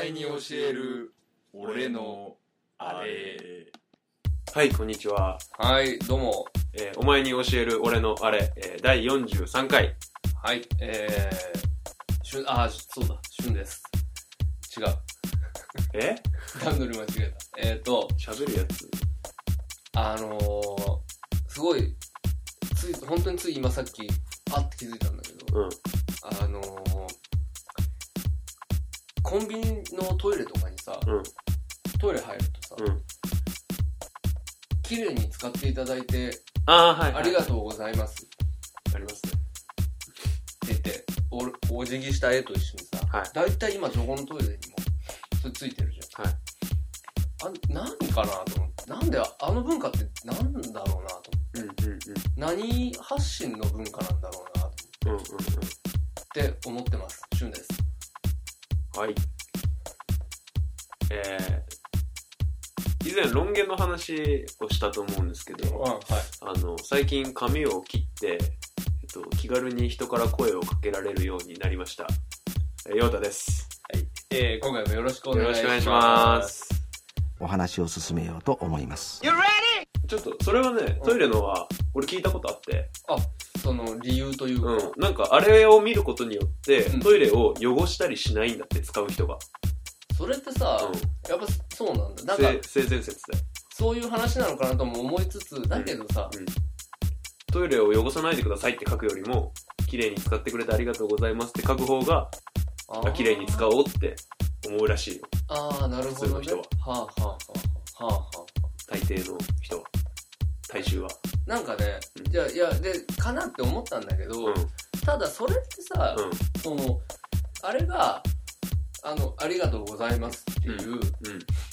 える俺のあれはい、こんにちは。はいどうもえーお前に教える俺のあれ、えー第43回。はいえー、しゅんあそうだしゅんです違うえ段取り間違えたえっ、ー、と喋るやつあのー、すごいつい本当につい今さっきあって気づいたんだけどうん。あのー、コンビニのトイレとかにさ、うんトイレ入るとさ、うん綺麗に使っていただいてああ、はい。ありがととうございますってう。ありますね。言って、おお辞儀した絵と一緒にさ、はいだいたい今どこのトイレにもそれついてるじゃん。はいあ何かなと思って、なんでああの文化ってなんだろうなと思って、うんうん何発信の文化なんだろうなうん。うんうんうって思ってます。旬です。ん。はい。えー、以前論言の話をしたと思うんですけど、はい。あの、最近髪を切って、えっと、気軽に人から声をかけられるようになりました。えー、ヨータです。えー、今回もよろしくおよ願ろいししくおま願いす。します。お話を進めようと思います。ちょっと、それはね、トイレのは、俺聞いたことあって、その理由というか、うん、なんかあれを見ることによって、うんトイレを汚したりしないんだって使う人が、それってさ、う、やっぱそうなんだ。なんんか性、性善説でそういう話なのかなとも思いつつ、だけどさ、トイレを汚さないでくださいって書くよりも綺麗に使ってくれてありがとうございますって書く方がああー綺麗に使おうって思うらしいよああ、なる普ほど、ね。通の人はは。あはあはあはあはあは大抵の人は大衆はあ。なんかね、うんいやいや、で、かなって思ったんだけど、うんうんただそれってさ、その、あれが、あの、ありがとうございますっていう、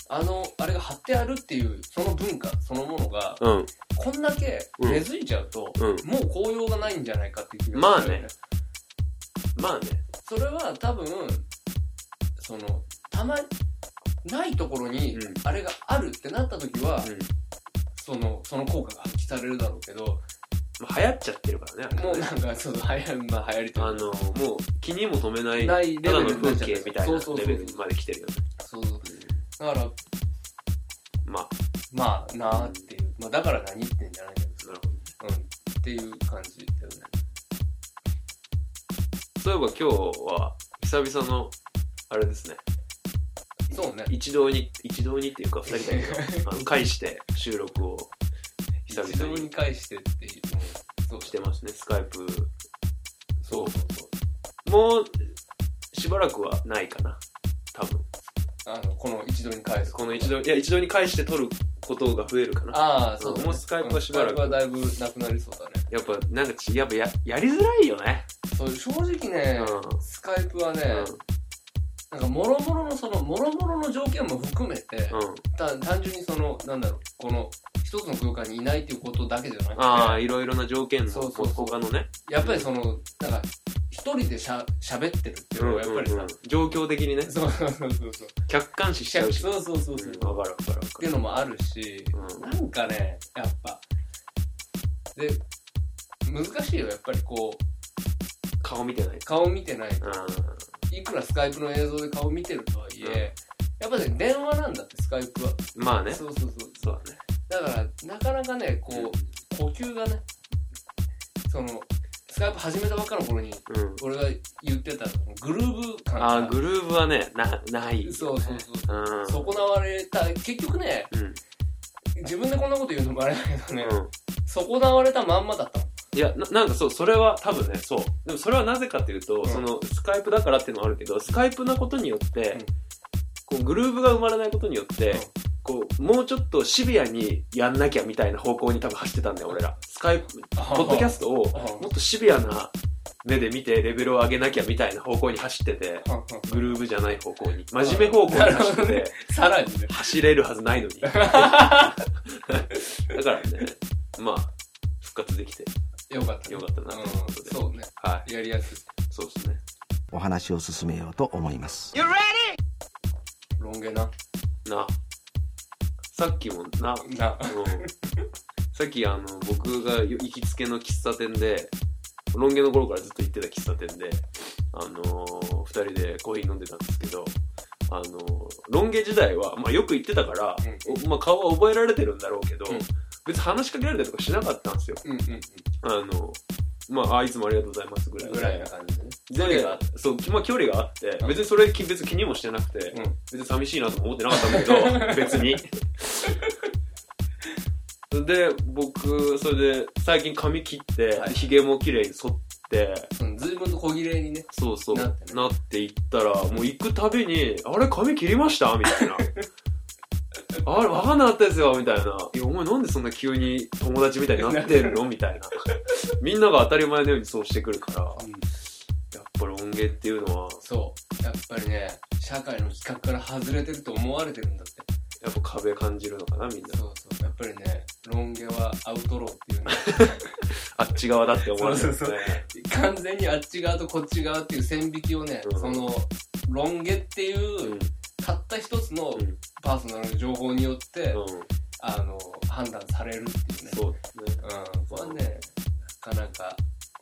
あの、あれが貼ってあるっていう、その文化そのものが、うんこんだけうん根付いちゃうと、うんもう紅葉がないんじゃないかっていう気がまあするよねまあねそれは多分そのたまないところにうんあれがあるってなった時は、うんそのその効果が発揮されるだろうけどまあ流行っちゃってるからねあれもはうねなんかその流行,、まあ、流行りとあいうかのもう気にも留めないないレたベだルのになっ風ちゃって景みたいそうなそうそレうベルまで来てるよねそうそうだからまあまあなあっていう、まあ、だから何言ってんじゃないけど、なるほどうん、っていう感じだよねそういえば今日は久々のあれですねそうね一堂に一堂にっていうか二人だけどあの会して収録を久一度々にに返してっていうのそうしてますねスカイプそうそうそうもうしばらくはないかな多分あのこの一度に返すこの一堂いや一堂に会して撮ることが増えるかなああそうだねもうスカイプはしばらくスカイプはだいぶなくなりそうだねやっぱなんかちやっぱややりづらいよねそう正直ね、うスカイプはね、んうんなんかもろもろのそのもろもろの条件も含めて、うんた単純にそのなんだろうこの一つの空間にいないっていうことだけじゃなくてああいろいろな条件のそうそうそう他のねやっぱりそのなんか一人でしゃ喋ってるっていうのはやっぱりさ、うんうんうん状況的にねそうそうそうそうそう客観視しちゃうしそうそうそうそう、うんわかるわかるわっかているうのもあるし、うんなんかねやっぱで難しいよやっぱりこう顔見てない顔見てないとうんいくらスカイプの映像で顔見てるとはいえ、やっぱね電話なんだってスカイプはまあね。そうそうそうそうだね。だからなかなかねこう呼吸がねそのスカイプ始めたばっかの頃にうん。俺が言ってたグルーブ感がああ、グルーヴはね、な、ない、そうそうそうう。うん。損なわれた結局ねうん。自分でこんなこと言うのもあれだけどね、うん。損なわれたまんまだったのいやな、なんかそう、それは多分ね、そう。でもそれはなぜかというと、んその、スカイプだからっていうのもあるけど、スカイプなことによって、うんこう、グルーヴが生まれないことによって、うんこう、もうちょっとシビアにやんなきゃみたいな方向に多分走ってたんだよ、俺ら。スカイプ、ポッドキャスストを、あーもっとシビアな目で見て、レベルを上げなきゃみたいな方向に走ってて、グルーヴじゃない方向に、真面目方向に走ってて、さらにね走れるはずないのに。だからね、まあ、復活できて、よかったねよかったなうとんいうことでそうねはやりやすいい、そうですね。お話を進めようと思います。ロン毛なな、さっきもな、うんなさっきあの、僕が行きつけの喫茶店で、ロン毛の頃からずっと行ってた喫茶店で、あのー二人でコーヒー飲んでたんですけど、あのロン毛時代は、まあ、よく言ってたから、うおまあ、顔は覚えられてるんだろうけど、うん別に話しかけられたりとかしなかったんですようんうんあのまああいつもありがとうございますぐらういんぐらいな感じでねで距離があってそう、まあ、距離があってうん別にそれき別に気にもしてなくて、うん別に寂しいなとも思ってなかった んだけど別にで僕それで最近髪切ってはいひげ、も綺麗に剃ってうん随分と小切れにねそうそうななってねっていったらもう行くたびに「あれ髪切りました?」み たいな「あれ分かんなかったですよ」みたいな「いやお前なんでそんな急に友達みたいになってんの?」み たいなみんなが当たり前のようにそうしてくるからやっぱロン毛っていうのはそうやっぱりね社会の規格から外れてると思われてるんだってやっぱ壁感じるのかなみんなそうそうやっぱりねロン毛はアウトローっていうねあっち側だって思われてるんでそすうそね完全にあっち側とこっち側っていう線引きをね、うんそのロン毛っていう、たった一つのうんうんパーソナルの情報によって、うんあの判断されるっていうねそうですねうんこれはねなかなか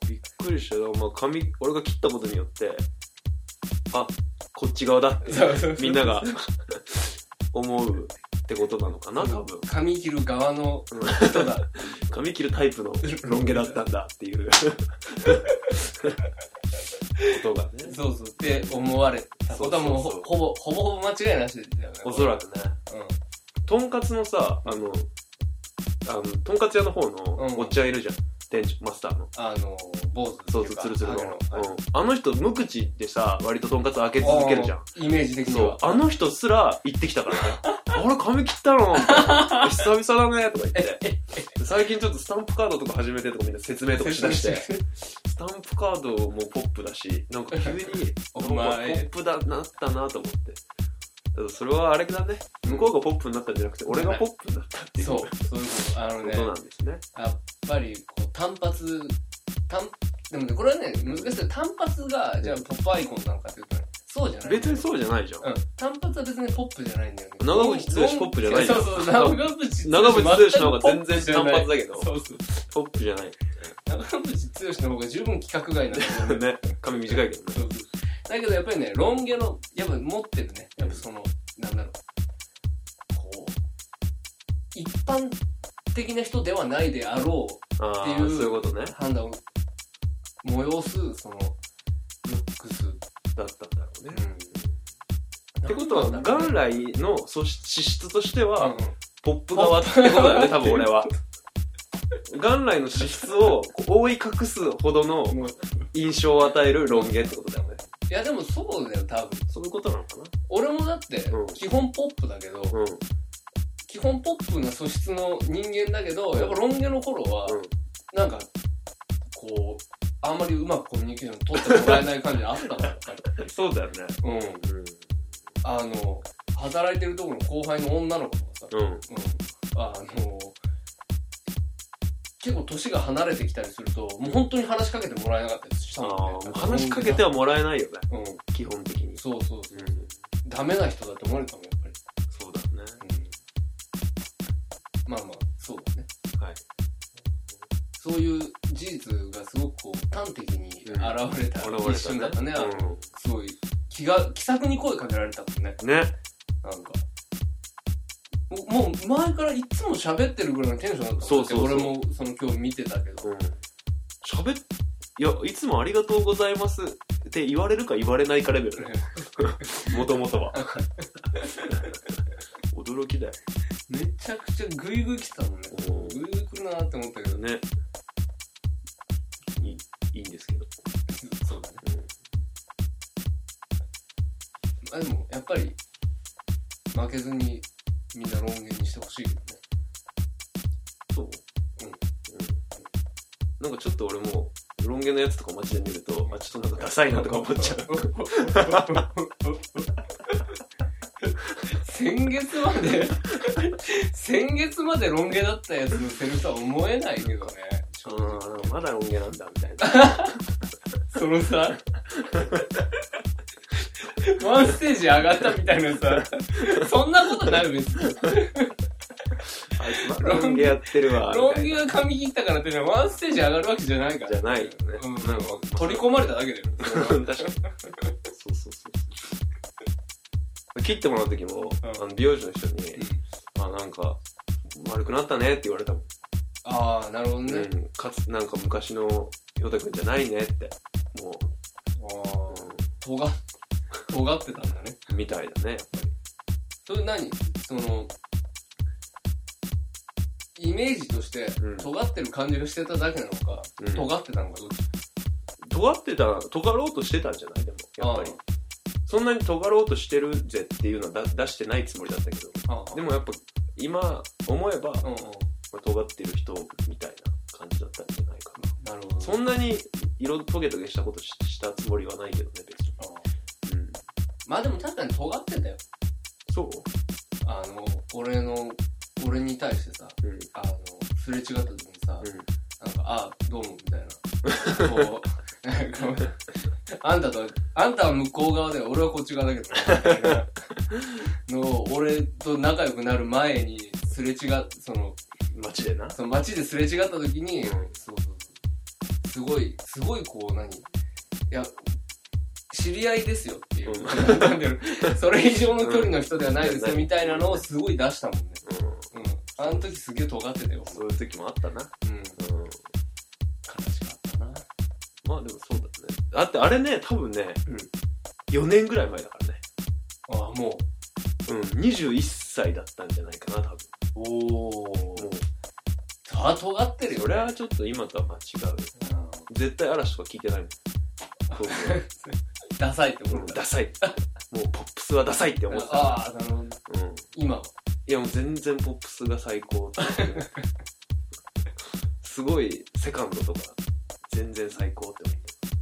びっくりしたよ、まあ、髪俺が切ったことによってあこっち側だってみんなが思うってことなのかな多分 髪切る側のうん人だ髪切るタイプのロン毛だったんだっていうことがねそうそうって思われたことはもうほそうそうそうほぼほぼほぼ間違いなしだよねおそらくねとんかつのさあのあのとんかつ屋の方うんのおっちゃんいるじゃん、店長マスターのうん、あの坊主っていそううそうかツルツルの、ハゲうんあの人無口でさ割ととんかつ開け続けるじゃんイメージ的にそはうあの人すら行ってきた からねあれ髪切ったのみたいな久々だねとか言 って最近ちょっとスタンプカードとか始めてとかみんな説明とかしだしてスタンプカードもポップだし、なんか急に、 おなんか前ポップだなったなと思って。ただそれはあれだね。向こうがポップになったんじゃなくて、俺がポップになったっていうそうこそういうことあのとねなんですね。やっぱりこう単発単でもねこれはね難しいけど単発がじゃあポップアイコンなのかっていうとねそうじゃない別にそうじゃないじゃん。うん単発は別にポップじゃないんだよね長渕剛ポップじゃないじゃんそうそう長渕剛長渕剛の方が全然全くポップじゃない単発だけどそうそうポップじゃない。長渕剛の方が十分規格外なんだと思うね。髪 短いけどね。そうそうだけどやっぱりねロン毛のやっぱ持ってるねやっぱそのなんだろうこう一般的な人ではないであろうああ、ってそいうういうことね。判断を催すそのルックス、だったんだろうね。っってことは、元来の素資質としては、うんポップ側ってことだよね、多分俺は。元来の資質を覆い隠すほどのうん、い印象を与えるロン毛ってことだよね。やでもそうだよ多分そういうことなのかな俺もだってうん基本ポップだけど、うん。基本ポップな素質の人間だけどやっぱロン毛の頃は、うんなんかこうあんまりうまくコミュニケーション取ってもらえない感じあったからやっぱりそうだよね。うんあの働いてるところの後輩の女の子とかさ、うん。うん。うん、あの結構年が離れてきたりするともう本当に話しかけてもらえなかったりしたあもんあねー、話しかけてはもらえないよね。うん基本的に。。そうそうそううんダメな人だと思われたもんやっぱり、そうだね。うん、まあまあそうだねはい。そういう事実がすごくこう端的に現れた俺は俺一瞬だったね、あのうすごい気が気さくに声かけられたもんねん。ね。なんかももう前からいつも喋ってるぐらいのテンションだったもんそうそうそうだって俺もその今日見てたけど、うん。喋っ、いや、いつもありがとうございますって言われるか言われないかレベル ね。もともとは。驚きだよ。めちゃくちゃグイグイ来てたもんね。うんグイグイ来るなーって思ったけどね。ね。いい、いいんですけど。そうだね。まあでも、やっぱり、負けずにみんなロン毛にしてほしいけどね。そう。うんうん。なんかちょっと俺も、ロン毛のやつとか街で見ると、あ、ちょっとなんかダサいなとか思っちゃう。 先月まで、先月までロン毛だったやつのセリフとは思えないけどね。うん、まだロン毛なんだ、みたいな。 そのさ、ワンステージ上がったみたいなさ、そんなことない別に。あいつまだロン毛やってるわ、ロンみ毛が髪切ったからってね、ワンステージ上がるわけじゃないかたいな。ら。じゃないよね。うんなんか取り込まれただけだよ。確かに。そうそうそうそう。切ってもらう時も、うんあの美容師の人に「あなんか丸くなったね」って言われたもん、ああ、なるほどね。うん、かつなんか昔のヨタ君じゃないねってもああ、尖っ、尖ってたんだね。うみたいだねやっぱりそれ何その、イメージとしてうん、尖ってる感じがしてただけなのか、うん尖ってたのか、どっち尖ってた尖ろうとしてたんじゃないでもやっぱりあそんなに尖ろうとしてるぜっていうのはだ出してないつもりだったけどああでもやっぱ今思えば、うんうん。尖ってる人みたいな感じだったんじゃないかななるほど。そんなに色トゲトゲしたことししたつもりはないけどね別にああうんまあでも確かに尖ってたよ。そうあの、俺の、俺に対してさ、うんあの、すれ違った時にさ、うなんか、ああ、どうも、みたいな。こう、なんかあんたと、あんたは向こう側で、俺はこっち側だけどねみたいな、の、俺と仲良くなる前に、すれ違っ、その、ん街でなその街ですれ違った時に、うんそうそうそうすごい、すごいこう何、いや、知り合いですよっていう、うんなんていうのそれ以上の距離の人ではないですうよんみたいなのをすごい出したもんね。うんうん。あの時すげえ尖ってたよ。そういう時もあったなうん。悲うんしかったな。まあでもそうだねだってあれね多分ね、うん四4年ぐらい前だからねああ、もう。うん21歳だったんじゃないかな多分おもー。うあ、尖ってるよ。それはちょっと今とは間違うようん絶対嵐とか聞いてないも んそうそうダサいって思うんった。ダ サいもうポップスはダサいって思ってたかああ、なるほど。らうん今は。いやもう全然ポップスが最 高すごいセカンドとか全然最高って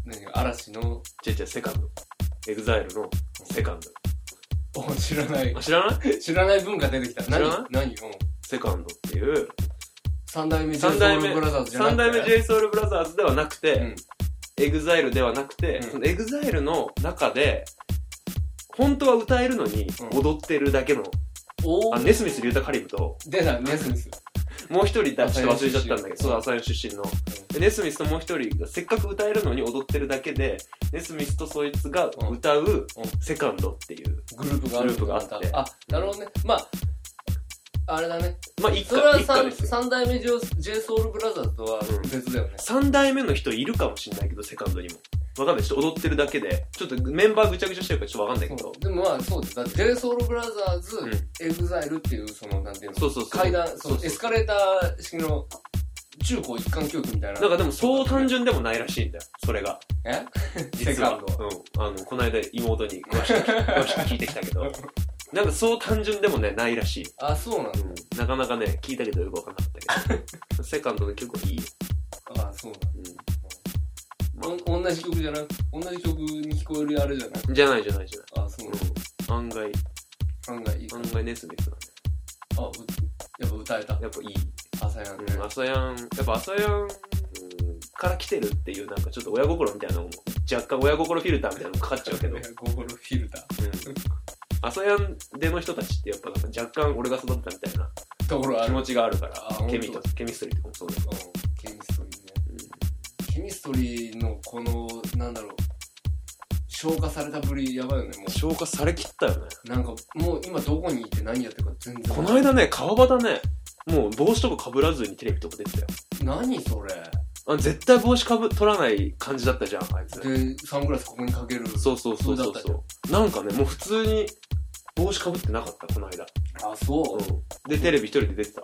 思って何嵐の、ちェチェセカンドエグザイルのセカンお知らないドあ。知らない知らない文化出てきた。何知らない何うん。セカンドっていう三代目 j 三 s o 代 u 目 l b r o t h e じゃな三代目く j s o u l b r o t h e r ではなくて、うんエグザイルではなくて、うんそのエグザイルの中で本当は歌えるのにうん踊ってるだけの、おあーネスミス・リュータ・カリムと出た、ネスミス。もう一人だちょっと忘れちゃったんだけどそう朝朝日出身のでネスミスともう一人がせっかく歌えるのに踊ってるだけでネスミスとそいつが歌ううセカンドっていう、グループがあるグループがあってあ、なるほどね。まあ、あれだね。まあ一それは家一家三ですよ三代目 j s o u l b r o t h e とはうん別だよね。三代目の人いるかもしれないけどセカンドにもわかんないちょっと踊ってるだけでちょっとメンバーぐちゃぐちゃしてるからちょっとわかんないけどそうでもまあそうです。だって j s o u l b r o t h e うん r EXILE っていう、その、なんていうの、そうそうそう階段、そそううそうエスカレーター式の中高一貫教育みたいな。なんかでもそう単純でもないらしいんだよそれがえ セ実カはンドは。うん、あのこの間妹に詳しく詳しく聞いてきたけ どなんかそう単純でもねないらしいあ、そうなんだ。うんなかなかね、聞いたけどよくわかんなかった けど。セカンドで結構いいよ。あ、そうなんだ。まお同じ曲じゃなく、同じ曲に聞こえるあれじゃなく、あ、じゃないじゃないじゃあ、そうない。うん、案外、なんだ。案外いいか案な。外ネスミスなんで。あ、うやっぱ歌えた。やっぱいい。朝やんねうん、。アサヤン、やっぱアサヤンうんから来てるっていう、なんかちょっと親心みたいなのも、若干親心フィルターみたいなのもかかっちゃう けど。うん。心フィルタアサヤンでの人たちってやっぱなんか若干俺が育ったみたいなー。ところあ気る。持ちがあるかあら本、当ケミとケミストリーとかもそうだけど。うん。ケミストリーね。ケミストリーのこの、なんだろう、消化されたぶりやばいよね、も消化されきったよね。う。なんか、もう今どこにいて何やってるか全然。この間ね、川端ね、もう帽子とか被らずにテレビとか出てたよ。何それ。あ絶対帽子かぶ取らない感じだったじゃん、あいつ。で、サングラスここにかける。そうそうそうそう普通だったじそう。なんかね、もう普通に帽子かぶってなかった、この間。あ、そうう。ん。で、テレビ一人で出てた。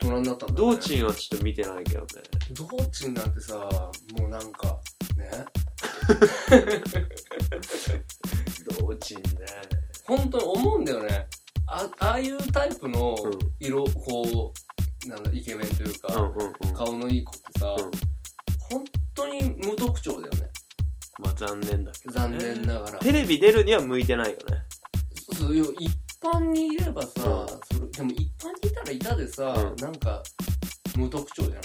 大人になったんだ、道ね。珍はちょっと見てないけどね。道珍なんてさ、もうなんか、ね。道珍ね。本当に思うんだよね。あ、ああいうタイプのうん色、こう、なんだ、イケメンというか、うんうんうん。顔のいい子ってさ、うん本当に無特徴だよねまあ残念だけど、残念ながら、テレビ出るには向いてないよね。そうよ一般にいればさ、うんそれでも一般にいたらいたでさ、うんなんか無特徴じゃない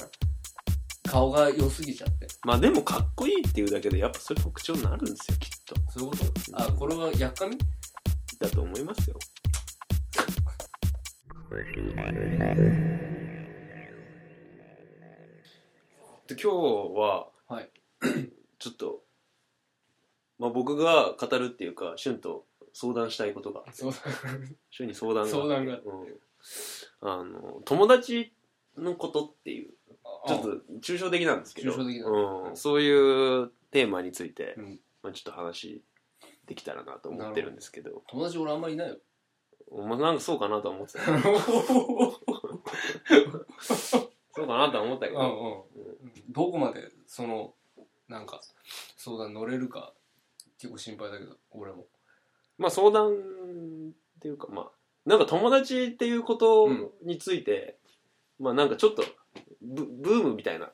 顔が良すぎちゃってまあでもかっこいいっていうだけで、やっぱそれ特徴になるんですよ、きっと。そういうことあこれはやっかみだと思いますよ。で今日は、はいちょっと、まあ、僕が語るっていうか、シュンと相談したいことが相主に相談が談相談がうん、あの友達のことっていうちょっと抽象的なんですけど抽象的なうん、そういうテーマについて、うんまあ、ちょっと話できたらなと思ってるんですけど友達俺あんまりいな いよまあ、なんかそうかなとは思ってたそうかなとは思ったけうど、んうんどこまでそのなんか相談乗れるか結構心配だけど俺もまあ相談っていうかまあなんか友達っていうことについて、まあなんかちょっとブブームみたいな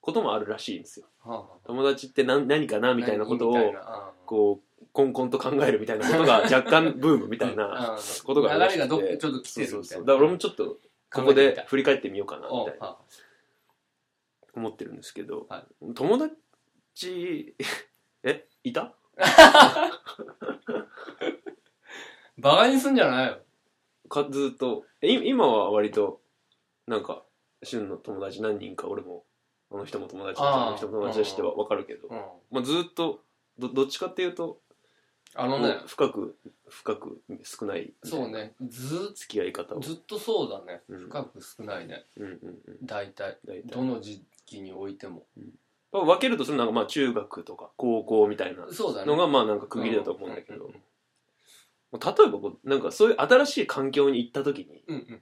こともあるらしいんですよはあはあ友達って何何かなみたいなことみたいをなああこうこんこんと考えるみたいなことが若干ブームみたいなああことがあるらし流くれてがどっかちょっと来てそうるみたそいそううなだから俺もちょっとここ考えてみたでい振り返ってみようかなみおたいなあ思ってるんですけど、は友達え いたバカにすんじゃないよかずっとえい今は割となんか旬の友達何人か俺もあの人も友達だしあーあの人も友達だしっては分かるけど、うんまあ、ずっとどどっちかっていうとあのもねう深く深く少ないそうねず付き合い方をっずっとそうだねうん深く少ないねうんうんうん大体大体どの時期においてもまあ分けるとそれなんかまあ中学とか高校みたいなそうだねのがまあなんか区切りだと思うんだけど、うんまあ例えばこうなんかそういう新しい環境に行った時にうんうん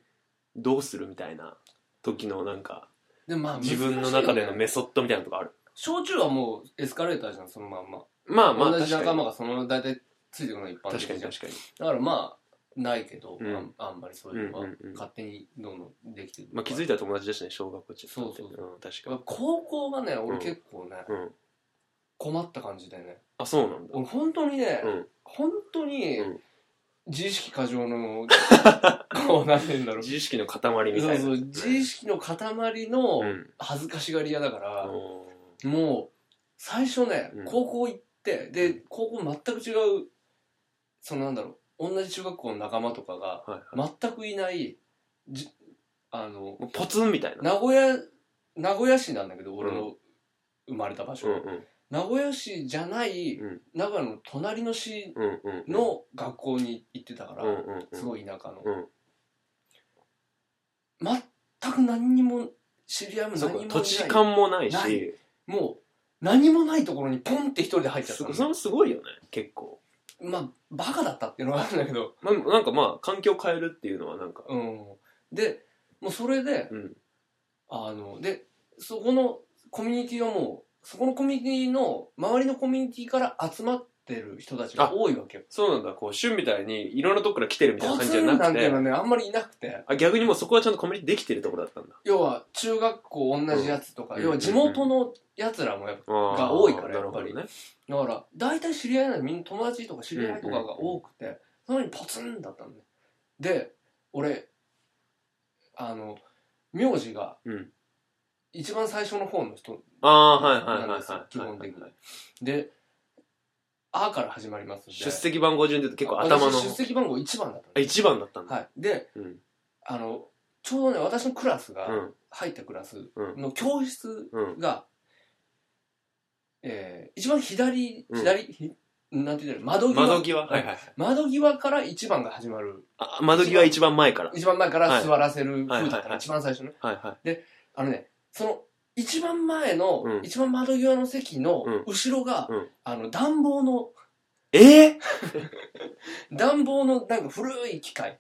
どうするみたいな時のなんかでまあ自分の中での目メソッドみたいなのとかある焼酎はもうエスカレーターじゃんそのまんままあまあ同じ確仲かに間がそのまま大体ついてくるのが一般的確かにじゃん確かにだからまあないけどうんあんあんまりそういうのはうんうんうん勝手にどんどんできてるまあ気づいたら友達だしね小学校中そうそううん確か高校がねう俺ん結構ねにうん困った感じでねあそうなんだ俺本当にねうん本当にうん自意識過剰 のこうなんて言うんだろう自意識の塊みそたういなそう自意識の塊のうん恥ずかしがり屋だかあら、のもう最初ね、うん高校行ってうで高校全く違うそのなんだろう同じ中学校の仲間とかがーはいはい全くいないじあのもうポツンみたいな名古屋名古屋市なんだけど俺うの生まれた場所、うんうん名古屋市じゃない、うん名古屋の隣の市うんうんの学校に行ってたから、うんうんうんすごい田舎の、うん全く何にも知り合いもそ何うにもかいな土い地勘もないなしもう何もないところにポンって一人で入っちゃっすごたのそれすごいよね結構まあバカだったっていうのはあるんだけど、まあなんかまあ環境変えるっていうのはなんかうん、でもうそれでうんあのでそこのコミュニティはもうそこのコミュニティの周りのコミュニティから集まってる人たちが多いわけよそうなんだこう旬みたいにいろんなとこから来てるみたいなポ感じツじゃなンなくんていうのてはねあんまりいなくてあ逆にもうそこはちゃんとコミュニティできてるところだったんだ要は中学校同じやつとか、うん要は地元のやつらもやっぱが多いからやっぱりねだから大体知り合いなのみんな友達とか知り合いとかが多くて、そのにポツンだったのねで俺あの名字がうん一番最初の方の人ああはいはいはいなんですよ、はい基本的にはいで「あ」から始まりますんで出席番号順で言うと結構頭の私出席番号1番だったのあ一番だったんだはいでうんあのちょうどね私のクラスが、うん入ったクラスうんの教室うんが、えー一番左うん左、ひなんて言うんだろう窓際窓際はいはい窓際から1番が始まるあ窓際一番前から一番前から座らせるはい風だっはいはたいはのい一番最初のはいはあのねその一番前の、うん一番窓際の席のうん後ろが、うんあの暖房のいえー暖房のなんか古い機械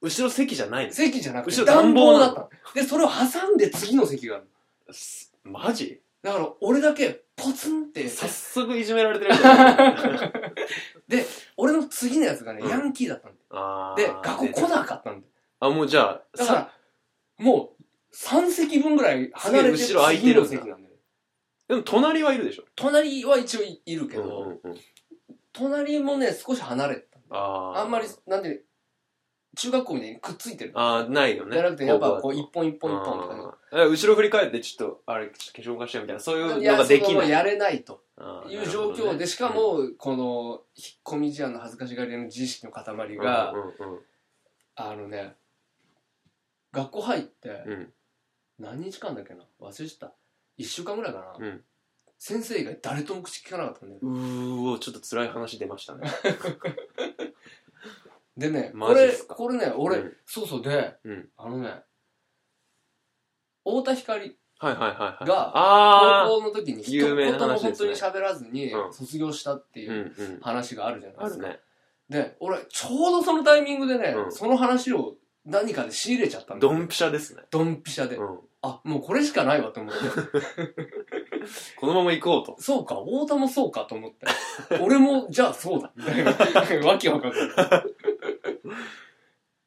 後ろ席じゃないの席じゃなく後てろ暖暖房房なだっのたのでそれを挟んで次の席があるすマジだから俺だけポツンって早速いじめられてるみたいな 俺の次のやつがね、うんヤンキーだったんあーで、学校来なかったんで。あもうじゃあだから、もう、3席分ぐらい離れてすげえ後ろ空いてるんだ次の席なんだよ。でも隣はいるでしょ隣は一応いいるけど、うんうんうん隣もね、少し離れてた。あーあんまり、なんで、中学校みたいにくっついてる。あーないよねじゃなくて、やっぱこう、一一本一本一本とかね。後ろ振り返ってちょっとあれちょっと化粧がしてみたいなそういういのや、がそでこきもないやれないとあーいなうる状ほどね況で、しかも、この、引っ込み思案の恥ずかしがり屋の自意識の塊がう、んうんあのね、学校入って、うんうん何日間だっけな忘れてた1週間ぐらいかうな、ん先生以外誰とも口聞かなかったんだよ。うーお、ちょっと辛い話出ましたね。でね、こマジっれ、すかこれね、俺、うんそうそうで、うんあのね、太田光、はいはいはいはい。があー高校の時に一有名言なも話本です当ねに喋らずにうん卒業したってういんううん。話があるじゃないあでるすか。ね。で、俺、ちょうどそのタイミングでね、うんその話を何かで仕入れちゃったんだドよンピシャですね。ドンピシャで。うん。あ、もうこれしかないわと思って。 このまま行こうと。そうか、太田もそうかと思って。俺も、じゃあそうだ。みたいな。 わけわかんない。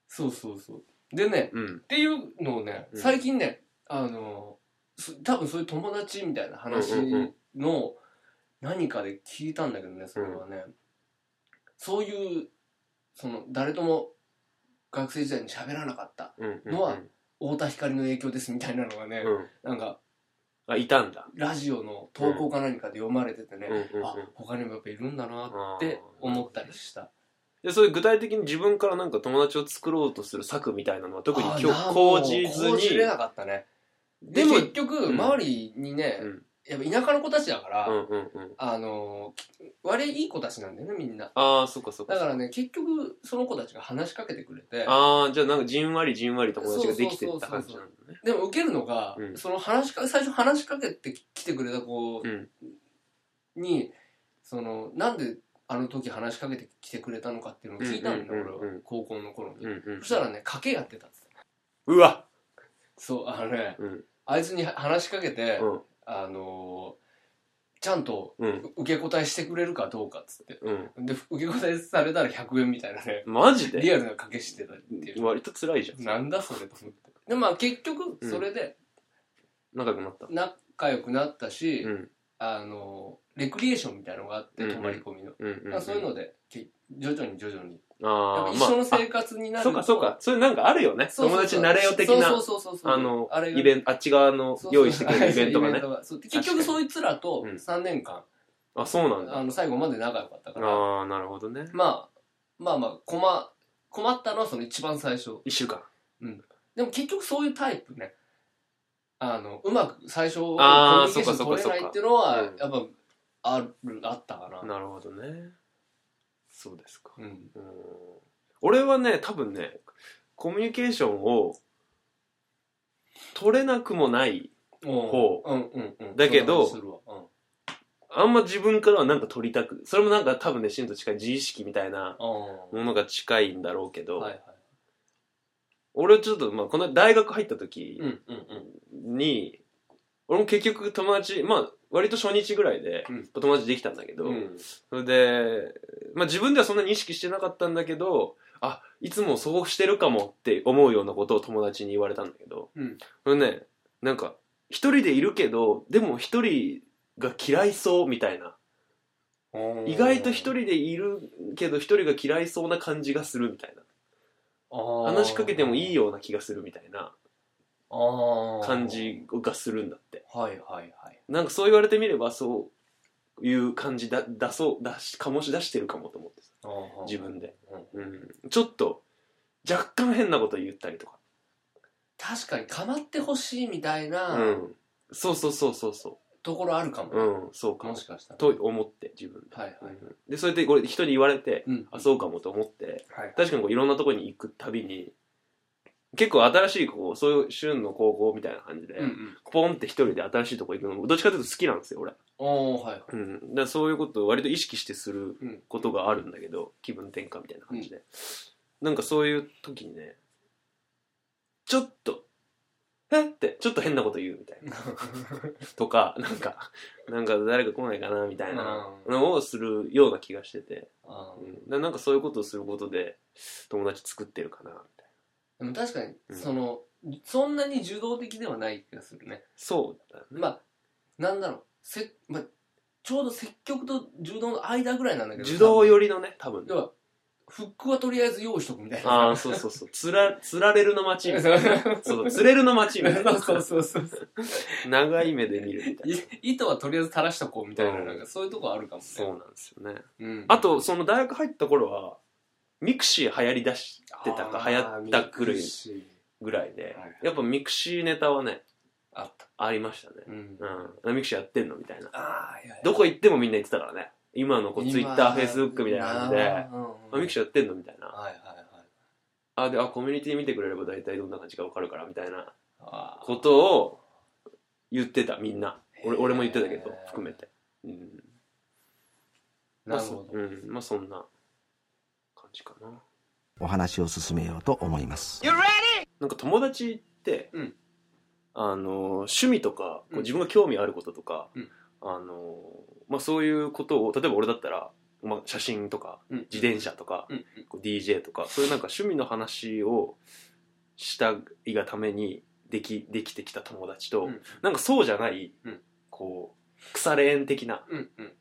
そうそうそう。でね、うんっ。ていうのをね、うん最近ね、あの、す多分そういう友達みたいな話うんうんの何かで聞いたんだけどね、それはね。そういう、その、誰とも学生時代に喋らなかった、うん。うんのは太田光の影響ですみたいなのがね、うん。なんか、あ、いたんだ。ラジオの投稿か何かで読まれててね、うんうんうんあ、他にもやっぱいるんだなって思ったりした。で、それ具体的に自分からなんか友達を作ろうとする策みたいなのは特にあ今な日ん講じず講に。じれなかったね。ででも結局、うん周りにね、うんやっぱ田舎の子たちだから、うんうんうん。あのき割いい子たちなんだよねみんなああ、そっかそっか。だからね結局その子たちが話しかけてくれてああ、じゃあなんかじんわりじんわり友達ができてった感じなんだね。でも受けるのが、うんその話しか最初話しかけてきてくれた子うんに、そのなんであの時話しかけてきてくれたのかっていうのを聞いたんだ、うんうんうんうん俺は高校の頃に、うんうんそしたらね賭けやってたっつってうわそうあのねうんあいつに話しかけて、うんあのーちゃんとうん受け答えしてくれるかどうかっつってうん。で受け答えされたら100円みたいなねマジでリアルな賭けしてたっていう。割と辛いじゃん。なんだそれと思って。で、まあ結局、それで仲良くなった。仲良くなったし、うんあの、レクリエーションみたいのがあって、うん泊まり込みの。うんうんまあそういうので、け徐々に徐々に。やっあぱあ、一緒のま生活にあ、なる。そうかそうか。それなんかあるよね。そう友そうそう。達になれよ的なそう、そうそうそう。あのあれ、がイベント、あっち側のそうそう用意してく れるイベントがね。そうで結局そいつらとうん3年間、あ、そうなんだ。あの、最後まで仲良かったから、ああ、なるほどね。まあ、まあまあ、困、困ったのはその一番最初。一週間。でも結局そういうタイプねあのうまく最初コミあーュニケーション取れそっかそっかないっていうのはそっかやっぱあるあったかななるほどね。そうですか。うんうん俺はね、多分ね、コミュニケーションを取れなくもない。ほううんうんうんだけどそんな感じするわあんま自分からはなんか取りたく。それもなんか多分ね、真と近い自意識みたいなうんものが近いんだろうけうんど、はいはい俺ちょっと、まあ、この大学入った時うんうんうんに、俺も結局友達、まあ、割と初日ぐらいでうん友達できたんだけど、うんそれで、まあ、自分ではそんなに意識してなかったんだけど、あ、いつもそうしてるかもって思うようなことを友達に言われたんだけど、うんそれね、なんか、一人でいるけど、でも一人が嫌いそうみたいな。うん意外と一人でいるけど、一人が嫌いそうな感じがするみたいな。話しかけてもいいよような気がするみたいな感じがするんだって。はいはいはいなんかそう言われてみれば、そういう感じだ、出そう、出し、醸し出してるかもと思ってさあー自分で。うんうん、ちょっと若干変なこと言ったりとか、、確かに構ってほしいみたいうなんそうそうそうそうそところあるかもう、うん、そうかももしかしたらと思って自分で、はいはいうんでそれでこれ人に言われて、うんあそうかもと思ってはい確かにこういろんなとこに行くたびに結構新しいこうそういう旬の高校みたいな感じで、うんうんポンって一人で新しいとこ行くのもどっちかというと好きなんですよ俺、おーはいはいうん、だからそういうことを割と意識してするうんことがあるんだけど、気分転換みたいな感じで、なんかそういう時にねちょっとえってちょっと変なこと言うみたいなとかなんかなんか誰か来ないかなみたいなのをするような気がしてて、 あうーん、だからなんかそういうことをすることで友達作ってるかなみたいなでも確かに、うんそのそんなに受動的ではない気がするねそうだねまあなんだろうせ、まあ、ちょうど積極と受動の間ぐらいなんだけど受動寄りのね多分ね要はフックはとりあえず用意しとくみたいなああそうそうそうつらつられるの街みたいな そそう釣れるの街みたいなうそうそうそうそう長い目で見るみたいな。い糸はとりあえず垂らしとこうみたいな,、うんなんかそういうとこあるかもねそうなんですよね。うんあと、その大学入った頃は、ミクシー流行り出してたか、流行ったぐらいあーミクシーぐらいではいはい、やっぱミクシーネタはね、あったありましたね。うんうん。ミクシーやってんのみたいな。ああいやどこ行ってもみんな言ってたからね。今のこう、ツイッター、今フェイスブックみたいな感じで、ああ、ーうんうんミクシーやってんのみたいな。はいはいはいあ、で、あ、コミュニティ見てくれれば大体どんな感じかわかるから、みたいなあーことを言ってた、みんな。俺へー俺も言ってたけど、含めて。うん。なるほまどあそうん。まあ、そんな感じかな。お話を進めようと思いますなんか友達って、うんあの趣味とかこうんう自分が興味あることとか、うんあのまあ、そういうことを例えば俺だったら、まあ、写真とかうん自転車とか、うんこう DJ とかそういうなんか趣味の話をしたいがためにできできてきた友達と、うんうんなんかそうじゃない、うんこう腐れ縁的なうんうん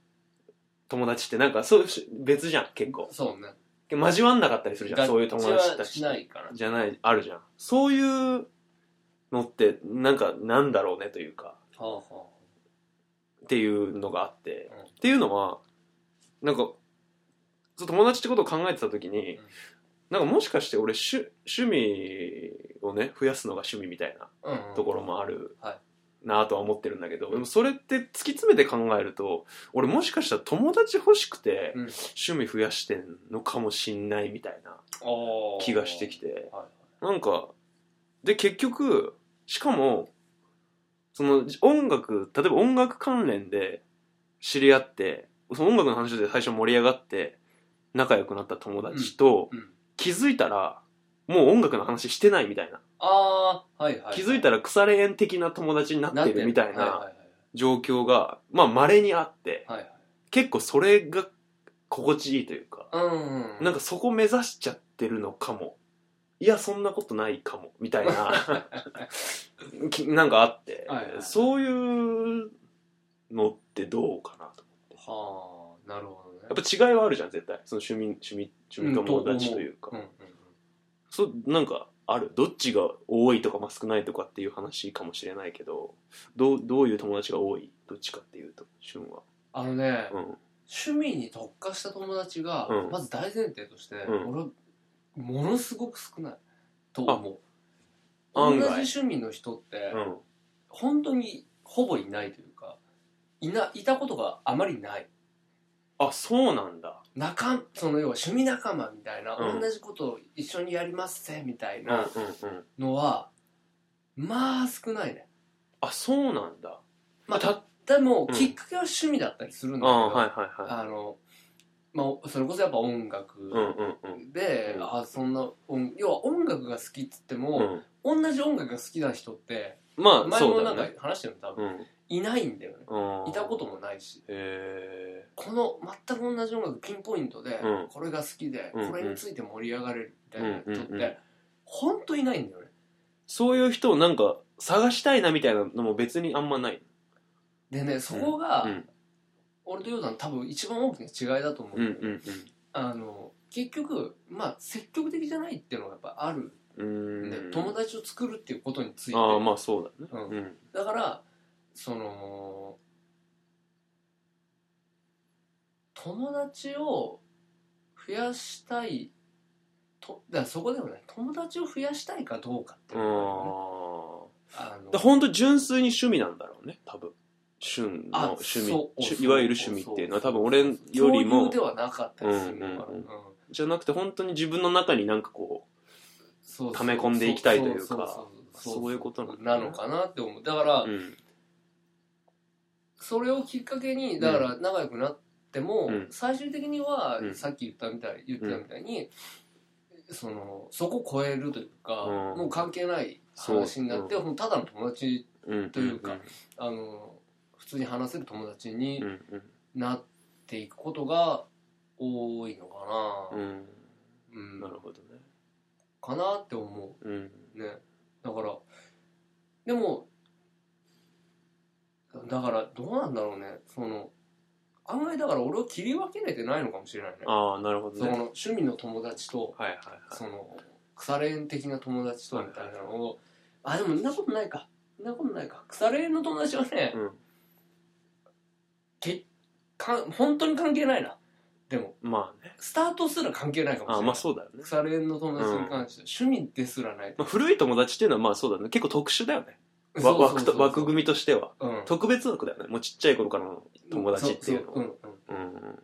友達ってなんかそうし別じゃん結構そうね交わんなかったりするじゃんそういう友達たはちしないからじゃない、あるじゃん。そういうのって、なんか、なんだろうねというか、はあはっていうのがあって、うんっていうのは、なんか、そう友達ってことを考えてた時に、うんなんかもしかして俺趣、趣味をね、増やすのが趣味みたいなあうんうんところもあるはいなぁとは思ってるんだけど、でもそれって突き詰めて考えると、俺もしかしたら友達欲しくてうん趣味増やしてんのかもしんないみたいなあー気がしてきて、はなんか、で、結局、しかも、その音楽、例えば音楽関連で知り合って、その音楽の話で最初盛り上がって、仲良くなった友達と、いうん気づいたら、もう音楽の話してないみたいな。ああはいはい気づいたら腐れ縁的な友達になってるみたいはな状況が、まあ稀にあって、はいはい結構それが心地いいというか、はいはいうんうんなんかそこ目指しちゃってるのかも。いや、そんなことないかも。みたい な、きなんかあって、はいはいそういうのってどうかなと。はあなるほどねやっぱ違いはあるじゃん、絶対。その趣味、趣味、趣味友達というか。うんうんそう、なんかある。どっちが多いとかまあ少ないとかっていう話かもしれないけど、どう、どういう友達が多いどっちかっていうと、旬は。あのねうん。趣味に特化した友達がうんまず大前提としてうん俺はものすごく少ないと思うあ同案じ外趣味の人ってうん。本当にほぼいないというかいないたことがあまりないあ、そうなんだ。仲その要は趣味仲間みたいな、うん同じことを一緒にやりますぜみたいうんうんなうん。のはまあ少ないねあ、そうなんだ。まあたでも、うんきっかけは趣味だったりするんだうん、けど、はいはいはい。あの、まあ、それこそやっぱ音うん楽うんうん。で、うんあそんな音要は音楽が好きっつっても、うん同じ音楽が好きな人ってまあ、前そもうだなんよかね。話してるの多分、うんいないんだよねうんいたこともないしへこの全く同じ音楽ピンポイントで、うんこれが好きで、うんうんこれについて盛り上がれるみたいな人って、うんうんうんほんといないんだよねそういう人をなんか探したいなみたいなのも別にあんまない。でねそこが、うん俺とヨウさん多分一番大きな違いだと思う、うんうんあの結局まあ積極的じゃないっていうのがやっぱあるうん。んうで、ーん。友達を作るっていうことについてああ、まあそうだね。うんうん。だからその友達を増やしたいとだからそこでもね友達を増やしたいかどうかっていうのあがあるよねあのあ。ほんと純粋に趣味なんだろうね、多分。旬のあ趣味そう趣そういわゆる趣味っていうのはそ多そ分俺より共有もではなかったりするのかうんうなんうんうんじゃなくて本当に自分の中になんかこそうそう溜め込んでいきたいというかそそういうことなんだねなのかなって思うだから、う、うん、それをきっかけにだから仲良くなっても、うん最終的には、うんさっき言ったみたい言ってたみたいに、そのそこを超えるというか、うんもう関係ない話になって、そほんとただの友達うん。というかあの普通に話せる友達にうんうん。なっていくことが多いのかうな、ん。うんなるほどね。かなって思うん。うねだからでもだからどうなんだろうねその案外だから俺を切り分けれてないのかもしれないねああ、なるほどそのね。趣味の友達とはいはいその腐れ縁的な友達とみたいなのをあでもんなことないかんなことないか腐れ縁の友達はねはい。うん。けかん本当に関係ないなでもまあね。スタートすら関係ないかもあしれなあ、いまあそうだよね。腐れ縁の友達に関しては、趣味ですらないまあ、古い友達っていうのはまあそうだね結構特殊だよねそわうそうそう枠と枠組みとしては。うん特別枠だよね。もうちっちゃい頃からの友達っていうのそそは。んうんうん。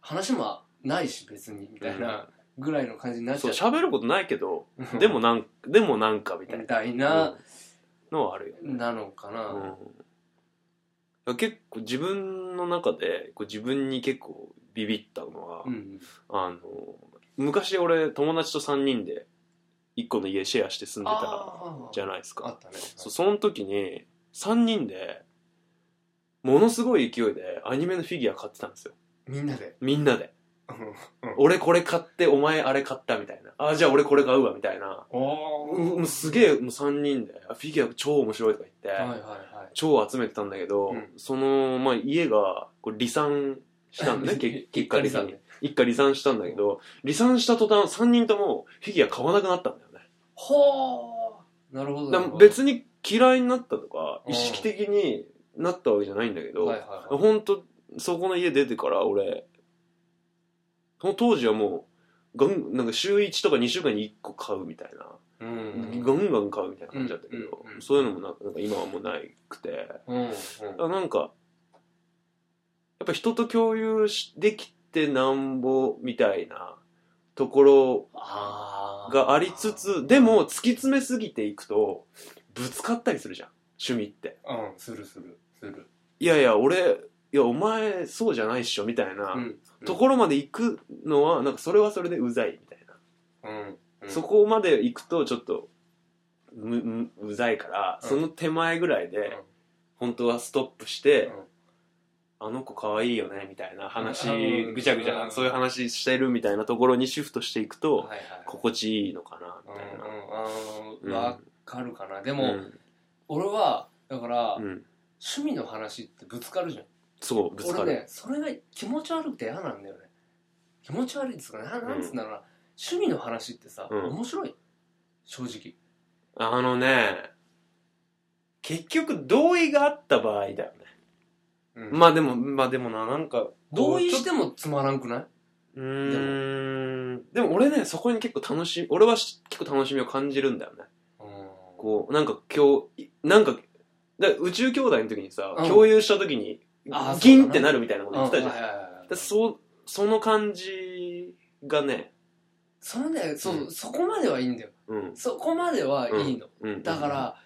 話もないし別にみたいなぐらいの感じになっちそゃう、う喋ることないけど、うんでもなん、でもなんかみたいみなたいな、のはあるよ。なのかな、うん、結構自分の中でこう自分に結構ビビったのは、うんあの昔俺友達と3人で1個の家シェアして住んでたあーじゃないですあかったねそうその時に3人でものすごい勢いでアニメのフィギュア買ってたんですよみんなでみんなでうん俺これ買ってお前あれ買ったみたいなあじゃあ俺これ買うわみたいなおうーもうすげえもう3人であフィギュア超面白いとか言って、はいはいはい超集めてたんだけど、うんその、まあ、家がこう離散した んだね結結果的にね一家離散したんだけど離散した途端3人ともフィギュア買わなくなったんだよねほーなるほどなだるからほど別に嫌いになったとかうん意識的になったわけじゃないんだけど、はいはいはい本当そこの家出てから俺その当時はもうガンなんか週1とか2週間に1個買うみたいな、うんガンガン買うみたいな感じだったけど、うんうんそういうのもななんか今はもうないくて、うんうんあなんか、やっぱ人と共有しできてなんぼみたいなところあーがありつつ、でも突き詰めすぎていくと、ぶつかったりするじゃん、趣味って。うんするするするいやいや、俺、いや、お前、そうじゃないっしょ、みたいな、うんところまで行くのは、なんかそれはそれでうざい、みたいな。うんうんそこまで行くと、ちょっと、む、むうざいから、うんその手前ぐらいうんで、本当はストップして、うんあの子可愛いよねみたいな話うんぐちゃぐちゃうんそういう話してるみたいなところにシフトしていくとはい心地いいのかなみはいたいなうんうんうんうんわかるかなでうもん俺はだからうん趣味の話ってぶつかるじゃんそうぶつか俺るねそれが気持ち悪くて嫌なんだよね気持ち悪いっつうかななんつうんだろうな、趣味の話ってさ、うん面白い正直あのね結局同意があった場合だよねうんまあでもまあでもななんか同意しちょてもつまらんくなうーんでも俺ねそこに結構楽しみ俺はし結構楽しみを感じるんだよねい、うんこうなんか今日いなんかだから宇宙兄弟の時にさうん共有した時にあーギそうンだねってなるみたいなこと言ってたじゃんはいはいはいでそその感じがね、そのねそう、うんそこまではいいんだようんそこまではいいの、うん、だから、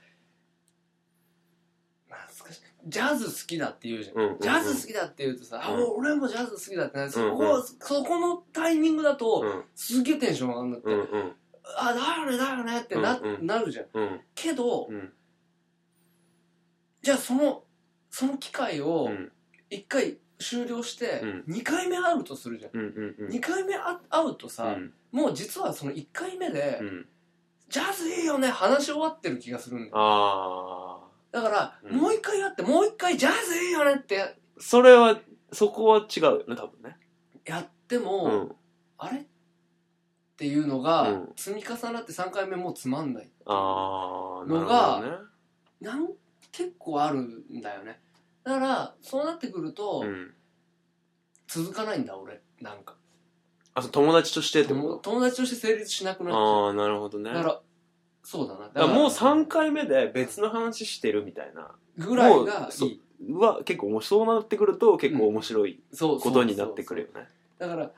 懐かしいジャズ好きだって言うじゃん、うんうんうんジャズ好きだって言うとさ、あうんもう俺もジャズ好きだってなる、そうんうこそこのタイミングだと、うんすげえテンション上がるんだって、うんうんあだよねだよねってな,、うんうんなるじゃんうんけど、うんじゃあそのその機会をうん1回終了してうん2回目会うとするじゃん、うんうんうん2回目あ会うとさ、うんもう実はその1回目で、うんジャズいいよね話し終わってる気がするんだよああだから、うんもう1回やってもう1回ジャズいいよねってそれはそこは違うよね多分ねやっても、うんあれっていうのがうん積み重なって3回目もうつまんないっていうああなのるがほどねなん結構あるんだよねだからそうなってくると、うん続かないんだ俺なんかあそう友達としてって友こ友達として成立しなくなっちゃとああなるほどねうだかだからそうだなだからもう3回目で別の話してるみたいなぐらいもがういそいは結構面白そうなってくると結構面白いそうことになってくるよそうねそうだから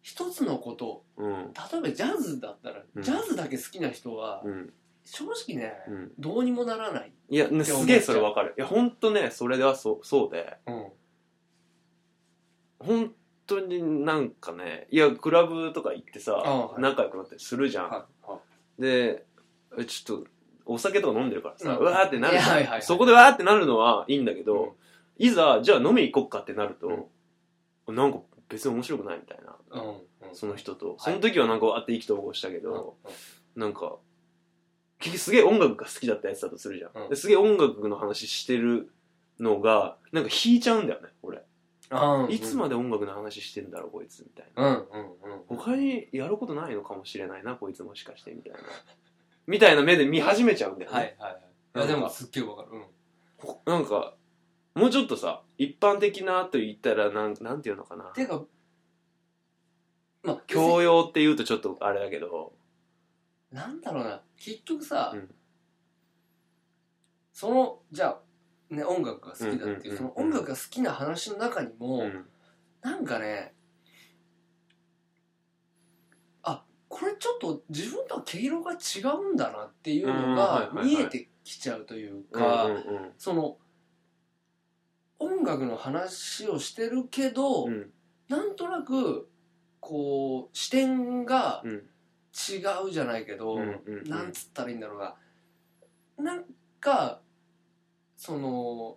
一つのことうん例えばジャズだったら、うんジャズだけ好きな人は、うん正直ね、うんどうにもならない、いや、ね、って思すっげえちゃそうれわかる。いや、ほんとね、それではそう、そうで、ほんとになんかね、いや、クラブとか行ってあさ、はい仲良くなったりするじゃん。はいはで、えちょっと、お酒とか飲んでるからさ、うんうわーってなるじゃんいやはいはいはいそこでわーってなるのはいいんだけうんど、いざ、じゃあ飲み行こっかってなると、なんか別に面白くないみたいな、うんうんその人と。はいその時はなんかわーって意気投合したけうんど、なんか、結局すげえ音楽が好きだったやつだとするじゃん。うんですげえ音楽の話してるのが、なんか引いちゃうんだよね、俺。うんいつまで音楽の話してんだろう、こいつ、みたいな。うんうんうん他にやることないのかもしれないな、こいつもしかして、みたいな。 みたいな目で見始めちゃうんだよね。はいはいはいいやでもすっげえわかるうんほなんか、もうちょっとさ、一般的なと言ったら、なん、なんていうのかなて。いうかまあ教養って言うとちょっとあれだけど、なんだろうな結局さ、うんそのじゃあ、ね、音楽が好きだっていう,、うんうんうんその音楽が好きな話の中にうも、んなんかねあこれちょっと自分とは毛色が違うんだなっていうのがうんはいはいはい見えてきちゃうといううか、んうんその音楽の話をしてるけど、うんなんとなくこう視点がうん違うじゃないけど、うんうんうんなんつったらいいんだろうななんかその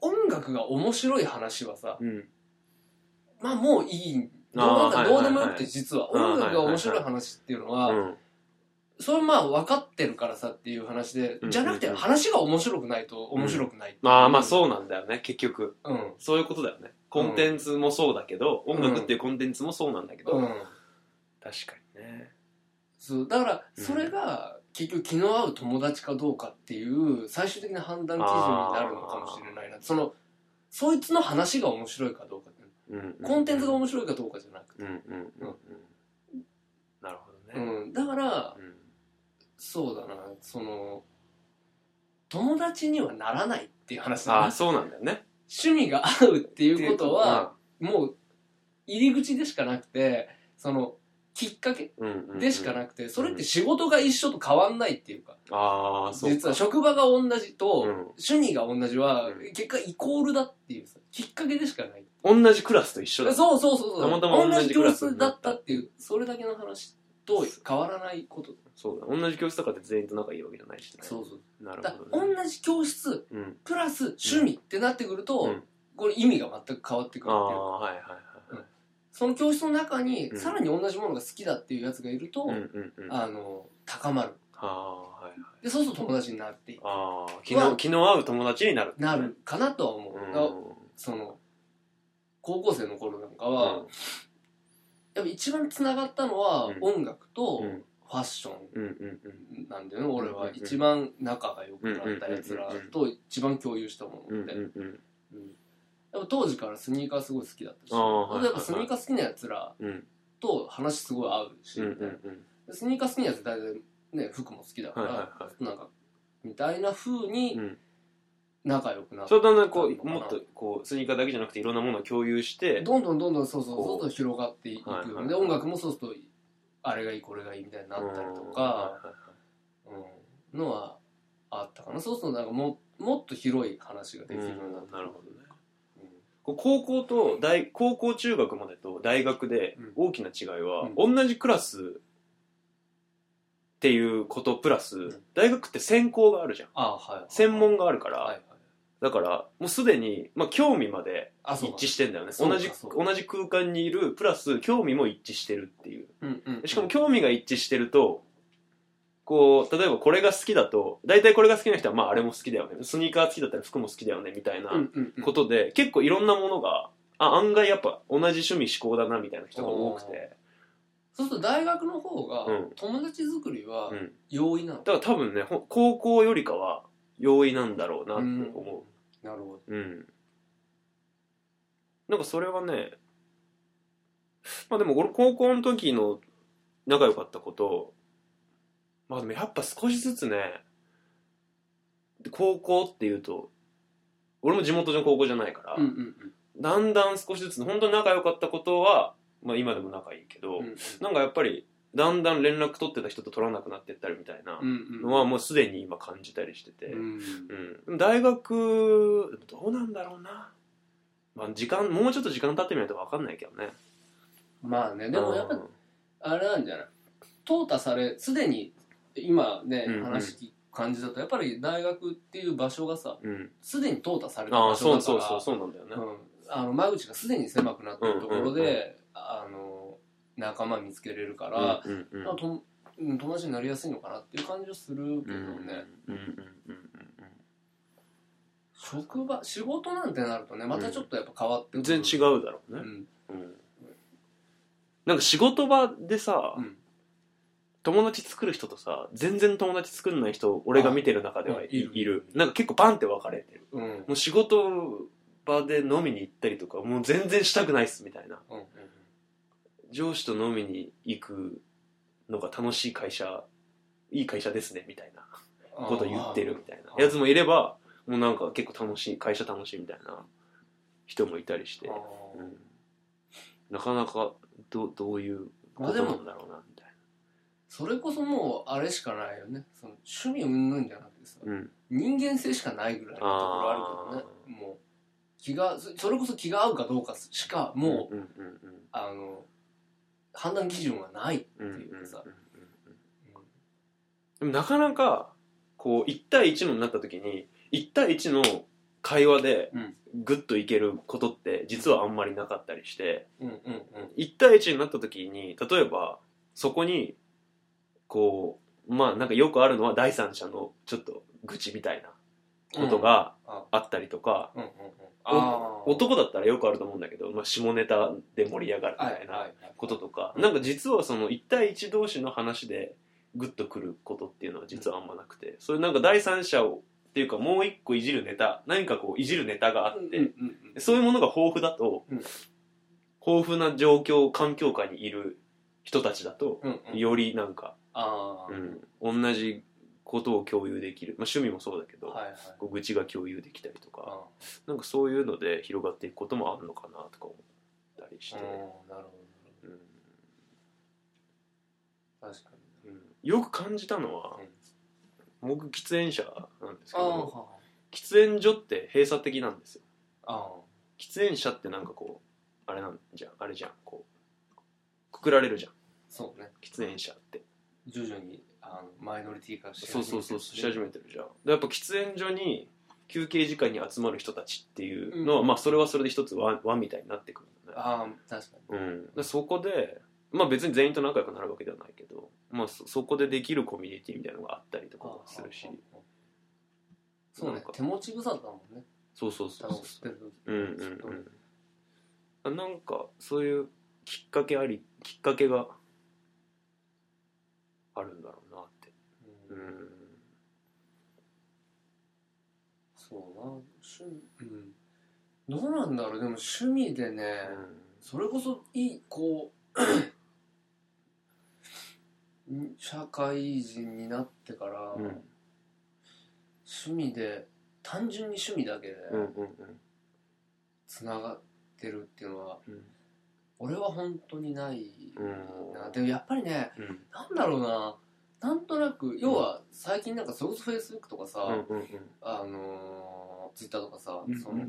音楽が面白い話はさうんまあもういいどあうーはいはいはいどうでもよくて実はあー音楽が面白い話っていうのは、うんそれはまあ分かってるからさっていう話で、うんじゃなくてうん話が面白くないと面白くないっていまあまあそうなんだよね結局ううんそういうことだよねコンテンツもそうだけど、ん音楽っていうコンテンツもそうなんだけど、うん確かにねそうだからうんそれが結局気の合う友達かどうかっていう最終的な判断基準になるのかもしれないなそのそいつの話が面白いかどうかっていううんコンテンツが面白いかどうかじゃなくうて、んうんうんうんなるほうどねんだからうんそうだなその友達にはならないっていう話だあなあそうなんだよね趣味が合うっていうことはもう入り口でしかなくてそのきっかけうんうんうんでしかなくてそれって仕事が一緒と変わんないっていうかああそうか実は職場が同じと、うん趣味が同じは、うん結果イコールだっていうさきっかけでしかない同じクラスと一緒だそうそうそうそうたまたま同じク同ラじス教室だったっていうそれだけの話と変わらないことそうだ同じ教室とかで全員と仲いいわけじゃないしねそうそうなるだほどね同じ教室うんプラス趣味ってなってくると、うんこれ意味が全く変わってくあるっていうあはいはいはいはいその教室の中に、うんさらに同じものが好きだっていうやつがいると、うんうんうんああの高まるあはいはいでそうすると友達になっていああうわ昨日昨日会う友達になるくなるかなとは思う、うだからんその高校生の頃なんかうは、んやっぱ一番つながったのはうん音楽とうんファッショうんうんうんンなんだよね、俺うんはうん一番仲が良くなったやつらと一番共有したもうのっんて、うんうんうんやっぱ当時からスニーカーすごい好きだったしあーはいやっぱスニーカー好きなやつらうんと話すごい合うし、うんみたいなうんでスニーカー好きなやつ大体ね服も好きだから、はいはいはなんかみたいな風にうん仲良くなっそて、れだんだんこうもっとこうスニーカーだけじゃなくていろんなものを共有してどんどんどんどんそうそうこうそうそう広がっていく、はいはいはいで音楽もそうするとあれがいいこれがいいみたいになったりとか。うんのはあったかなそうするとなんかももっと広い話がうでんうきんるうようになっんた、なるほどねうんこう高校と大高校中学までと大学で大きな違いは、同じクラスっていうことプラス、ん大学って専攻があるじゃんあはい専門があるから、はいはいだからもうすでに、まあ、興味まであそう一致してんだよねそう同かじそうか同じ空間にいるプラス興味も一致してるっていううんうんしかも興味が一致してるとこう例えばこれが好きだと大体これが好きな人はまああれも好きだよねスニーカー好きだったら服も好きだよねみたいなうんうんうんことで、結構いろんなものがあ案外やっぱ同じ趣味思考だなみたいな人が多くてそうすると大学の方がうん友達作りはうん容易なの、だから多分ねほ高校よりかは容易なんだろうなって思なるほううん、なんかそれはねまあでも俺高校の時の仲良かったことまあでもやっぱ少しずつね高校っていうと俺も地元の高校じゃないから、どうんうんだんだん少しずつ本当に仲良かったことは、まあ、今でも仲いいけど、うんうんなんかやっぱりだんだん連絡取ってた人と取らなくなってったりみたいなうんうんのはもうすでに今感じたりしてて、ううんん大学どうなんだろうな、まあ、時間もうちょっと時間経ってみないと分かんないけどねまあねでもやっうぱんあれなんじゃない淘汰されすでに今ねうんうん話聞く感じだとやっぱり大学っていう場所がさうん、すでに淘汰されたあ場あ所そうだかそうそうそらうなんだよね、うん、あの間口がすでに狭くなってるところで、うんうんうあの仲間見つけれるから、うんうんうんまあとうん友達になりやすいのかなっていう感じはするけどね、うんうんうん職場仕事なんてなるとねまたちょっとやっぱ変わっうてくんる全然違うだろううね、ん、うんなんか仕事場でさ、うん友達作る人とさ全然友達作んない人俺が見てる中ではあいいるいるなんか結構バンって分かれてるうんうんもう仕事場で飲みに行ったりとかもう全然したくないっすみたいなうん上司と飲みに行くのが楽しい会社いい会社ですねみたいなこと言ってるみたいなやつもいればもうなんか結構楽しい会社楽しいみたいな人もいたりしてあ、うーん、なかなかどどういうこまあとでなもんだろうなみたいそれこそもうあれしかないよねその趣味云々じゃなくてさな、うん、人間性しかないぐらいのところあるけどねもう気がそそれこそ気が合うかどうかしかもう、うんうんうんあの判断基準がないってうんうんいうかさ、でもなかなかこう1対1のになった時に1対1の会話でうんグッといけることって実はあんまりなかったりしてうん、うんうん1対1になった時に例えばそこにこうまあなんかよくあるのは第三者のちょっと愚痴みたいなことがうんあったりとか、うんうんうんあー男だったらよくあると思うんだけど、まあ、下ネタで盛り上がるみはいたいなはいこととか、うんなんか実はその1対1同士の話でグッとくることっていうのは実はあんまなくてそれなんか第三者をっていうかもう一個いじるネタ何かこういじるネタがあって、うんうんうんそういうものが豊富だと、うん豊富な状況環境下にいる人たちだと、うんうんよりなんか、あーうん同じことを共有できる、まあ、趣味もそうだけど、はいはいこう愚痴が共有できたりとかあなんかそういうので広がっていくこともあるのかなとか思ったりしーて。うんなるほうんど確かによく感じたのは、僕喫煙者なんですけああど喫煙所って閉鎖的なんですよあ喫煙者ってなんかこうあれなんじゃんあれじゃんこうくくられるじゃんそうね喫煙者って徐々にあのマイノリティ化してそうそうそうし始めてるじゃんでやっぱ喫煙所に休憩時間に集まる人たちっていうのは、うんまあそれはそれで一つ輪輪みたいになってくるんだねああ確かにうん、でそこでまあ別に全員と仲良くなるわけではないけど、まあ、そそこでできるコミュニティみたいなのがあったりとかもするしあーそうなねんか手持ち無沙汰だもんねそうそうそう多そう分吸ってる時うんうんうん、なんかそういうきっかけありきっかけがあるんだろうなってううんんそうな趣味うんどうなんだろうでも趣味でね、それこそいいこ うん社会人になってから、うん趣味で単純に趣味だけでうんうんつながってるっていうのは、うん俺は本当にないうんな、でもやっぱりねうんうんなんだろうななんとなく要は最近なんかそれこそフェイスブックとかさ、うんうんうんあのツイッター Twitter とかさ、そうんの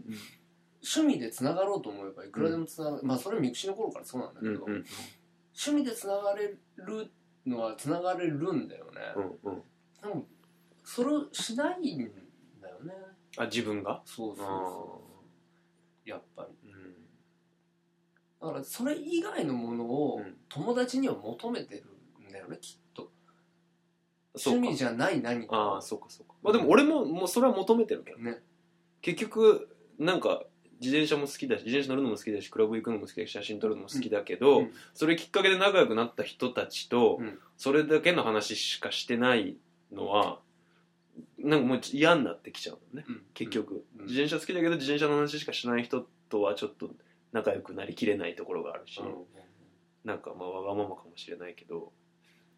趣味でつながろうと思えばいくらでもつながる、まあそれミクシーの頃からそうなんだけうど、んうん趣味でつながれるのはつながれるんだよね、うんうんでもそれをしないんだよねあ自分がそうそうそうやっぱりうんだからそれ以外のものうをん友達には求めてるんだよねきっとそうか趣味じゃない何かああそうかそうかまあでも俺ももうそれは求めてるけどね結局なんか自転車も好きだし自転車乗るのも好きだしクラブ行くのも好きだし写真撮るのも好きだけど、うんそれきっかけで仲良くなった人たちと、うんそれだけの話しかしてないのはなんかもう嫌になってきちゃうのねうん結局、うん自転車好きだけど自転車の話しかしない人とはちょっと仲良くなりきれないところがあるし、うんなんかまあわがままかもしれないけど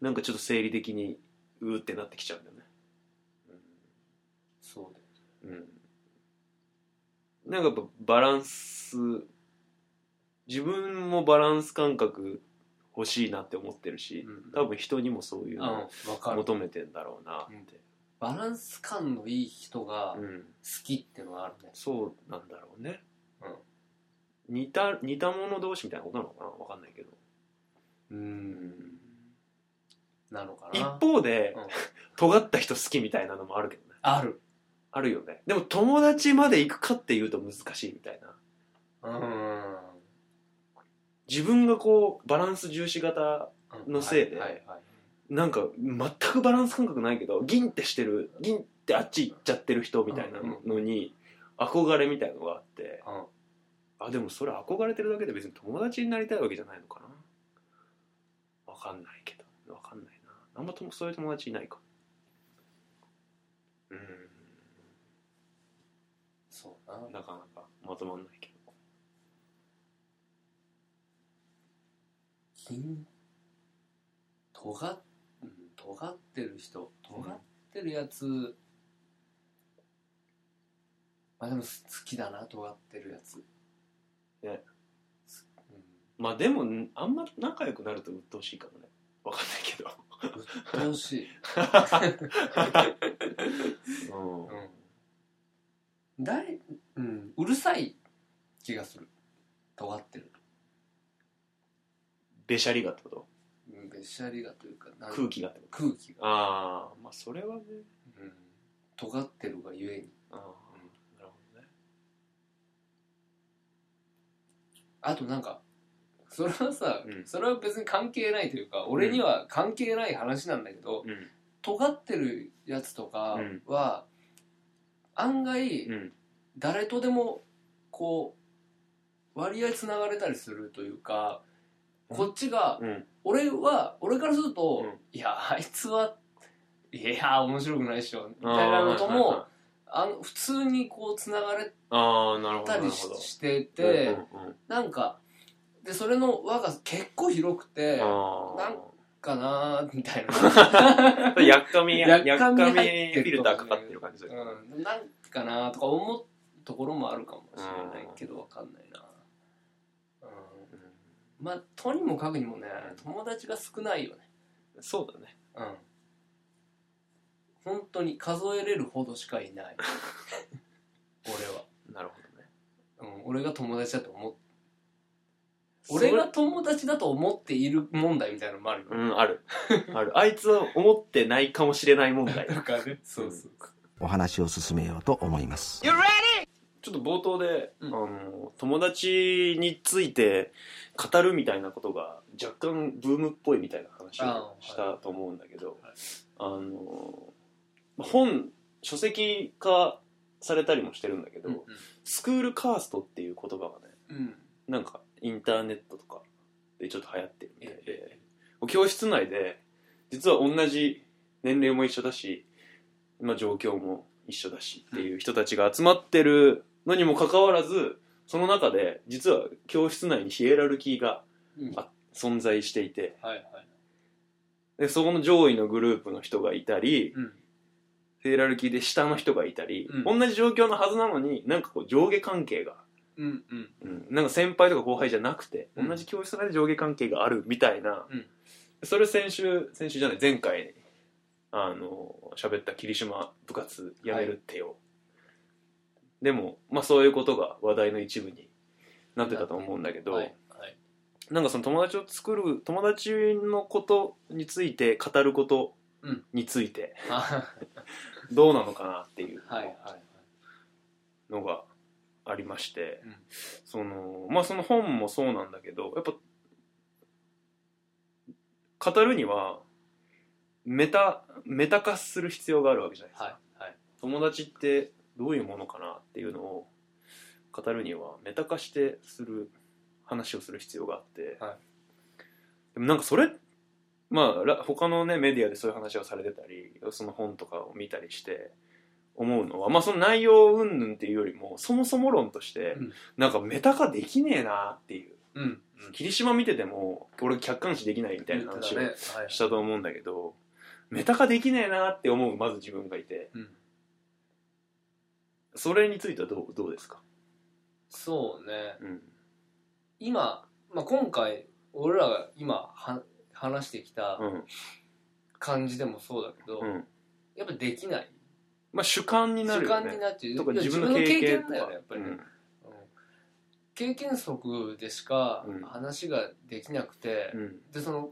なんかちょっと生理的にうーってなってきちゃうんだよね、そうだようん、なんかやっぱバランス自分もバランス感覚欲しいなって思ってるし、うん多分人にもそういううんのわかる求めてんだろうなって、バランス感のいい人がうん好きってのはあるねそうなんだろうね、似た似た者同士みたいなことなのかなわかんないけど、うんなのかな一方で、うん尖った人好きみたいなのもあるけどねあるあるよねでも友達まで行くかっていうと難しいみたいなうん自分がこうバランス重視型のせいではいはいはいなんか全くバランス感覚ないけどギンってしてるギンってあっち行っちゃってる人みたいなのに憧れみたいのがあってうんあでもそれ憧れてるだけで別に友達になりたいわけじゃないのかなわかんないけどわかんないなあんまともそういう友達いないかうんそうななかなかまとまんないけど金尖っうん尖ってる人尖っってるやつまあでも好きだな尖ってるやつねすまあでもあんま仲良くなると鬱陶しいかもねわかんないけどうん楽しい、 うんうん、誰、うん、うるさい気がする尖ってるべしゃりがってことうんべしゃりがというかなん空気がってこ空気が、とああまあそれはねうん、尖ってるがゆえにああなるほどねあとなんかそれはさ、うんそれは別に関係ないというか俺には関係ない話なんだけど、うん尖ってるやつとかは、案外うん誰とでもこう割合つながれたりするというか、うんこっちが、うん俺は俺からすると、うんいやあいつはいや面白くないっしょみたいなのともあの普通にこうつながれああなるほどたなるりしほどしてて、うんうんなんかでそれの輪が結構広くてあなんかなーみたいな。 あやっかみややっっかかみみ入フってるィルターかかってる感じするうん、なんかなとか思うところもあるかもしれないけどわかんないな、うん、まあとにもかくにもね友達が少ないよねうんそうだねうん本当に数えれるほどしかい ないなるほどね俺は、うん、俺が友達だと思っ俺が友達だと思っている問題みたいなのもあるよ、うん、ある。 ある。あいつは思ってないかもしれない問 題。なんかねそうそうお話を進めようと思いますちょっと冒頭で、うんあの、友達について語るみたいなことが若干ブームっぽいみたいな話あをーしたと思うんだけど、はいあの、本、書籍化されたりもしてるんだけど、スクールカーストっていう言葉がね、うん、うんなんかインターネットとかでちょっと流行ってるみたいで、教室内で実は同じ年齢も一緒だし、まあ、状況も一緒だしっていう人たちが集まってるのにもかかわらずその中で実は教室内にヒエラルキーがうんあ存在していてはいはいでそこの上位のグループの人がいたりうんヒエラルキーで下の人がいたり、うん同じ状況のはずなのになんかこう上下関係がうんうんうん、なんか先輩とか後輩じゃなくて、うん同じ教室内で上下関係があるみたいな、うんそれ先週先週じゃない前回あの喋った霧島部活やめるってよ、でも、まあ、そういうことが話題の一部になってたと思うんだけど、はいはいなんかその友達を作る友達のことについて語ることうんについてあどうなのかなっていうはいはいはいのがありまして、うんそのまあその本もそうなんだけどやっぱ語るにはメタメタ化する必要があるわけじゃないですか、はいはい友達ってどういうものかなっていうのを語るにはメタ化してする話をする必要があって、はいでもなんかそれまあら他のねメディアでそういう話をされてたりその本とかを見たりして思うのはまあその内容云々っていうよりもそもそも論として、うんなんかメタ化できねえなっていううんうん霧島見てても俺客観視できないみたいな話を言ってたねはいしたと思うんだけどメタ化できねえなって思うまず自分がいて。うんそれについてはどうどうですか、そうねうん今、まあ、今回俺らが今は話してきたうん感じでもそうだけど、うん、やっぱできないまあ主観にな主るよ観ねになっちゃうとかいや自分の経験自分のとかだよねやっぱりね、うんうん経験則でしかうん話ができなくて、うんでその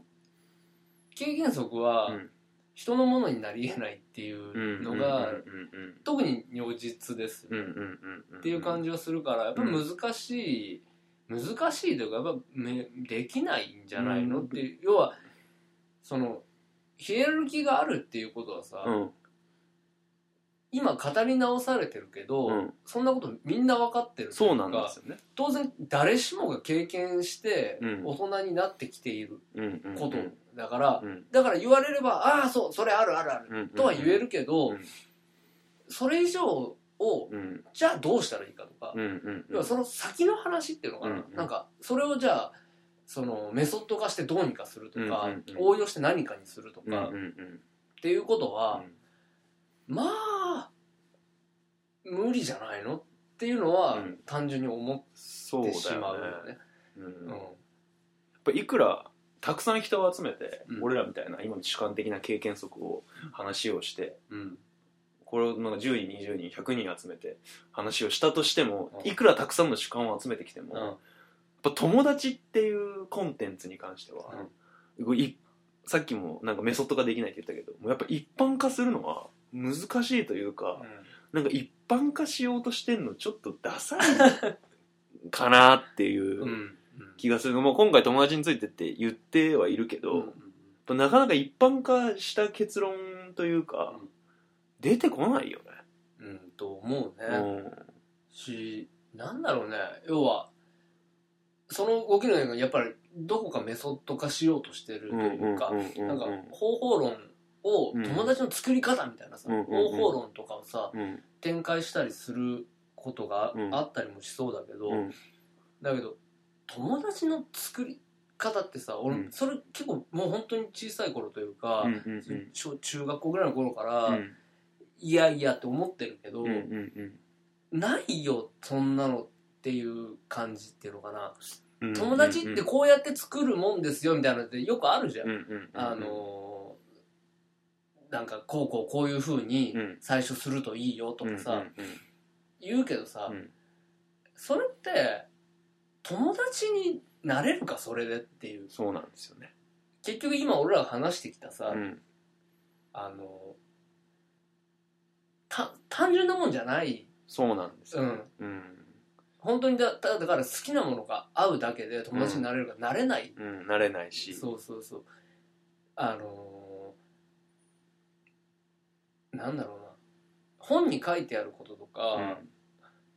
経験則はうん人のものになりえないっていうのが、うんうん特に如実ですよね、うんうんうんうんうんっていう感じはするからやっぱ難しい、難しいというかやっぱめできないんじゃないの、うんっていう要はそのヒエラルキーがあるっていうことはさ、うん今語り直されてるけど、うんそんなことみんな分かってるといそうなんですよね当然誰しもが経験してうん大人になってきているうんうんことだから、うんだから言われればああそうそれあるあるある、うんとは言えるけど、うんそれ以上をうんじゃあどうしたらいいかとか、うんうん要はその先の話っていうのかうな、んうんなんかそれをじゃあそのメソッド化してどうにかするとか、うんうんうん応用して何かにするとうんうんか、っていうことは、まあ無理じゃないのっていうのは、うん単純に思そってしうだまうよねよね。うんうんやっぱいくらたくさん人を集めて、うん俺らみたいな今の主観的な経験則を話をしてうんこれをなんか10人20人100人集めて話をしたとしても、うんいくらたくさんの主観を集めてきても、うんやっぱ友達っていうコンテンツに関しては、いさっきもなんかメソッドができないって言ったけどもうやっぱ一般化するのは難しいというか、なんか一般化しようとしてんのちょっとダサいかなっていう。うんうん気がするのもう今回友達についてって言ってはいるけど、うんやっぱなかなか一般化した結論というか、うん出てこないようんと思うね、ね。しなんだろうね要はその動きのようにやっぱりどこかメソッド化しようとしてるというかなんか方法論をうん友達の作り方みたいなさ、うんうんうん方法論とかをさうん展開したりすることがうんあったりもしそうだけど、うんだけど友達の作り方ってさ俺、うんそれ結構もう本当に小さい頃というか、うんうんうん小中学校ぐらいの頃から、うんいやいやって思ってるけうど、んうんないよそんなのっていう感じっていうのかな、うん友達ってこうやって作るもんですよみたいなのってよくあるじゃん、うんうんうんあのーなんかこうこうこういうふうにうん最初するといいよとかさ、うんうん言うけどさ、うんそれって友達になれるかそれでっていうそうなんですよね、結局今俺らが話してきたさ、うんあのーた単純なもんじゃないそうなんですよねうん本当にだだだから好きなものが合うだけで友達になれるか、なれないうん、慣れないしそうそうそうあのーなんだろうな本に書いてあることとか、うん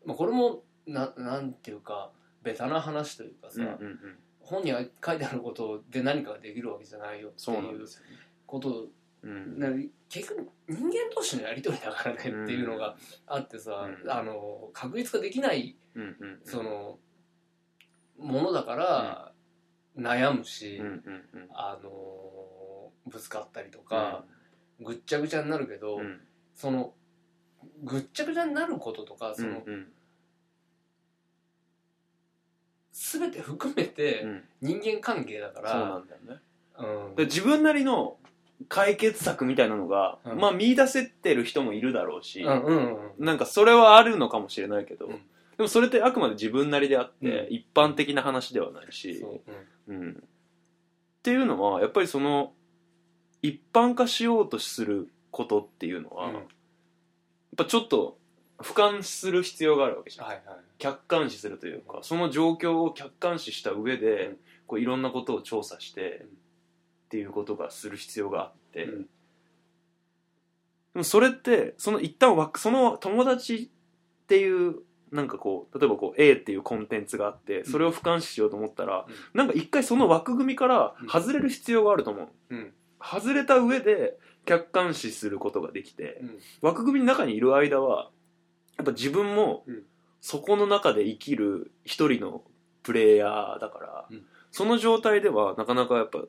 まあ、これもななんていうかベタな話というかうさ、んうんうん本に書いてあることで何かができるわけじゃないよってそうないんうですよねことうんな結局人間同士のやり取りだからねっていうのがあってさ、うんあの確率化できないうんうんそのものだから悩むし、うんうんうんあのぶつかったりとか、ぐっちゃぐちゃになるけど、うんうんそのぐっちゃぐちゃになることとかその、うんうん全て含めてうん人間関係だかそうなら、んだよねうんで自分なりの解決策みたいなのが、うんまあ見出せてる人もいるだろうし、うんうんうんなんかそれはあるのかもしれないけど、うんでもそれってあくまで自分なりであって、うん一般的な話ではないし、そううんうん、っていうのはやっぱりその一般化しようとすることっていうのは、うんやっぱちょっと俯瞰する必要があるわけじゃん、はいはい客観視するというかその状況を客観視した上で、うんこういろんなことを調査して、うんっていうことがする必要があって、うんでもそれってその一旦わその友達っていうなんかこう例えばこう A っていうコンテンツがあってそれを俯瞰視しようと思ったら、うんなんか一回その枠組みからうん外れる必要があると思う、うん外れた上で客観視することができて、うん枠組みの中にいる間はやっぱ自分もうんそこの中で生きる一人のプレイヤーだから、うんその状態ではなかなかやっぱ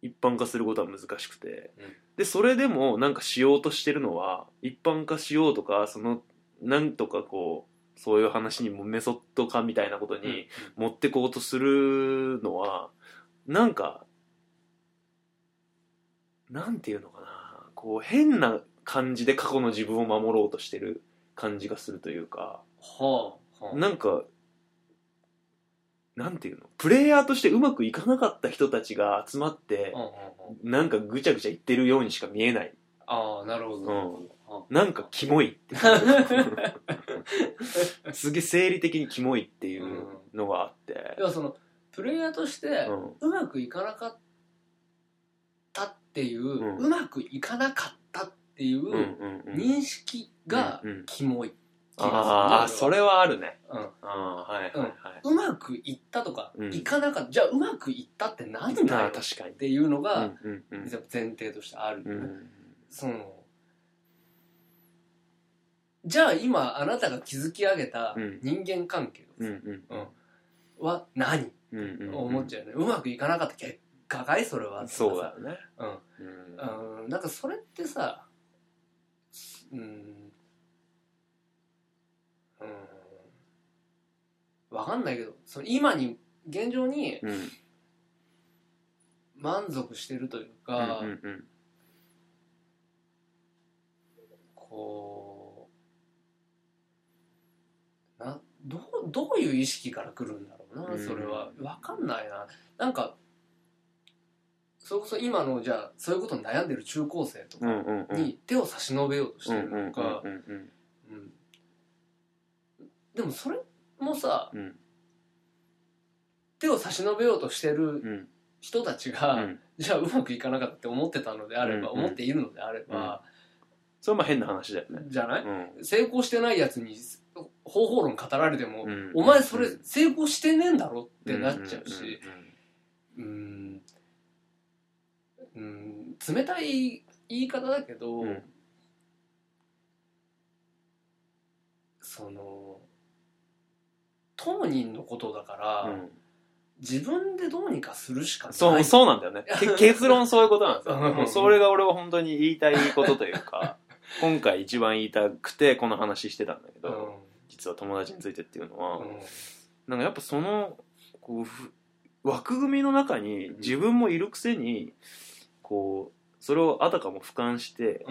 一般化することは難しくて、うんでそれでもなんかしようとしてるのは一般化しようとかそのなんとかこうそういう話にもメソッド化みたいなことに持ってこうとするのはなんかなんていうのかなこう変な感じで過去の自分を守ろうとしてる感じがするというかはあはあなんかなんていうのプレイヤーとしてうまくいかなかった人たちが集まってうんうんうんなんかぐちゃぐちゃ言ってるようにしか見えないああなるほどなるほどはなんかキモいっていうすげえ生理的にキモいっていうのがあってあ要はそのプレイヤーとしてうんうまくいかなかったっていう、うんまくいかなかったっていううんうんうん認識がうんうんキモい気がする、ああそれはあるねうんああはいはいはうまくいったとか、うんいかなかったじゃあうまくいったって何いだよなあっ確かにていうのうが、んうんうんやっぱ前提としてある、うんそのじゃあ今あなたが築き上げたうん人間関係うんうんは何、うんうん思っちゃうよねうまくいかなかった結果かいそれはそうだよねうんうんうんなんかそれってさうんうんわかんないけどその今に現状にうん満足してるといううか、んうんこうなどうどういう意識から来るんだろうなうんそれは分かんないななんかそれこそ今のじゃあそういうことに悩んでる中高生とうんうかんうんうんに手を差し伸べようとしうんてるうんうんのか、うんうんでもそれもさうん手を差し伸べようとしてるうん人たちが、うんじゃあうまくいかなかったって思ってたのであれば、うんうん思っているのであれば、それはまあ変な話だよねじゃない、う成功してないやつに方法論語られても、んうんお前それうん成功してねえんだろってなっちゃうし、うーん、うん冷たい言い方だけど、うんその、当人のことだから、うんうん自分でどうにかするしかない。そうそうなんだよ ねけ結論そういうことなんですようんもうそれが俺は本当に言いたいことという か今回一番言いたくてこの話してたんだけうど、ん実は友達についてっていうのは、うんなんかやっぱそのこうふ枠組みの中に自分もいるくせにこうそれをあたかも俯瞰して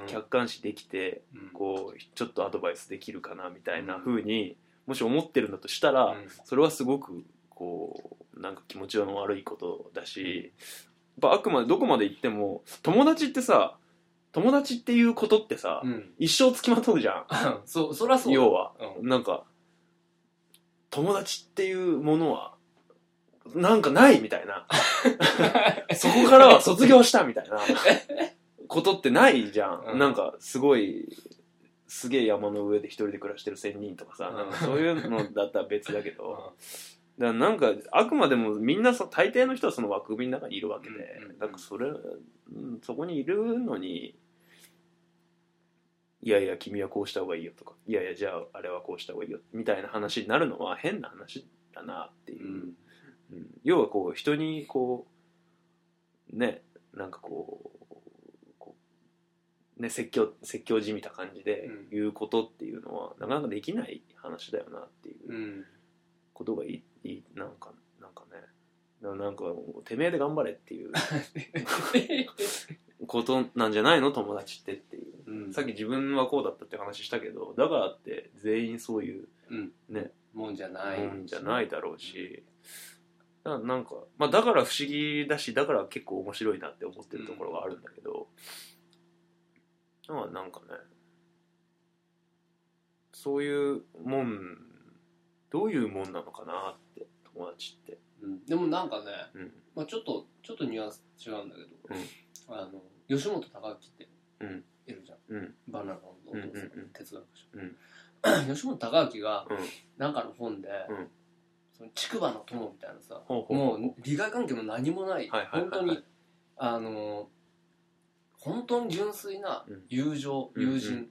うん客観視できてうんこうちょっとアドバイスできるかなみたいな風にもし思ってるんだとしたら、それはすごくこうなんか気持ちの悪いことだし、やっぱあくまでどこまで行っても友達ってさ友達っていうことってさ、うん うん一生つきまとうじゃんそう、そらそうだ。要は。 うんなんか友達っていうものはなんかないみたいな そこからは卒業したみたいな ことってないじゃん、うんなんかすごいすげえ山の上で一人で暮らしてる仙人とかさ、うんなんかそういうのだったら別だけど、だからなんかあくまでもみんなそ大抵の人はその枠組みの中にいるわけで、うんうんなんかそれ、うん、そこにいるのにいやいや君はこうした方がいいよとかいやいやじゃああれはこうした方がいいよみたいな話になるのは変な話だなっていう、うん要はこう人にこうねなんかこうこうね説教説教じみた感じでうん言うことっていうのは、なかなかできない話だよなっていう。うん。ことがいいいいなんかなんかねななんかてめえで頑張れって いうことなんじゃないの友達ってっていう、 うんさっき自分はこうだったって話したけどだからって全員そういうもんじゃない。もんじゃないだろうし、だからなんか、まあ、だから不思議だしだから結構面白いなって思ってるところがあるんだけど、まあなんかねそういうもんどういうもんなのかなって友達って。うん。でもなんかね、うんまあ、ちょっとちょっとニュアンス違うんだけど、うあの吉本隆明ってうんいるじゃん、うんバナナのお父さん、うんうんうん哲学者、 吉本隆明がうんなんかの本で、うんその竹馬の友みたいなさ、ほうほうもう利害関係も何もない,、はいはいはいはい本当にあの本当に純粋なうん友情、友人っ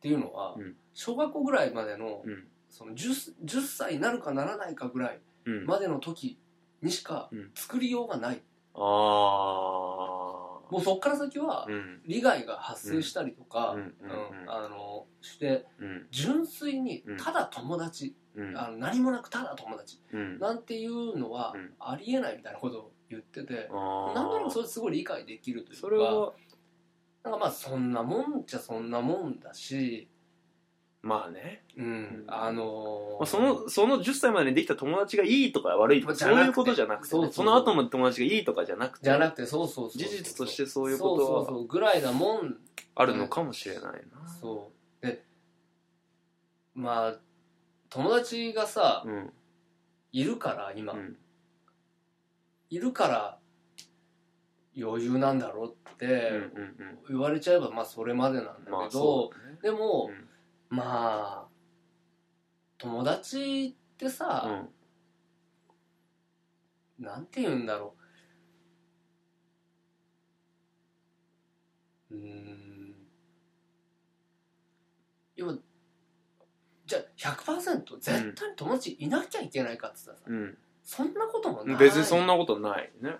ていうのは、うん小学校ぐらいまでの,、うんうんその 10, 10歳になるかならないかぐらいうんまでの時にしかうん作りようがない、あもうそっから先はあうん利害が発生したりとか、ううんんうんうんあのしてうん純粋にうんただ友達、うんあの何もなくただ友達うんなんていうのはうんありえないみたいなことを言ってて、あなんとーなくそれすごい理解できるというかそれはなんかまあそんなもんっちゃそんなもんだし、まあねうんうんあのーまあそのその10歳までにできた友達がいいとか悪いとかじゃそなういくてうことじゃなくてそうそねうその後の友達がいいとかじゃなくてじゃなくてそうそうそ事う実としてそうそいううこそうそとはうぐらいなもんあるのかもしれないなそうでまあ友達がさ、うんいるから今、うんいるから余裕なんだろうってうんうん言われちゃえばまあそれまでなんだうんけど、まあそうだねでも、うんまあ友達ってさ、なんて言うんだろううーん要はじゃあ100%絶対に友達いなきゃいけないかって言ったらさ、うんそんなこともうなんい別にそんなことないね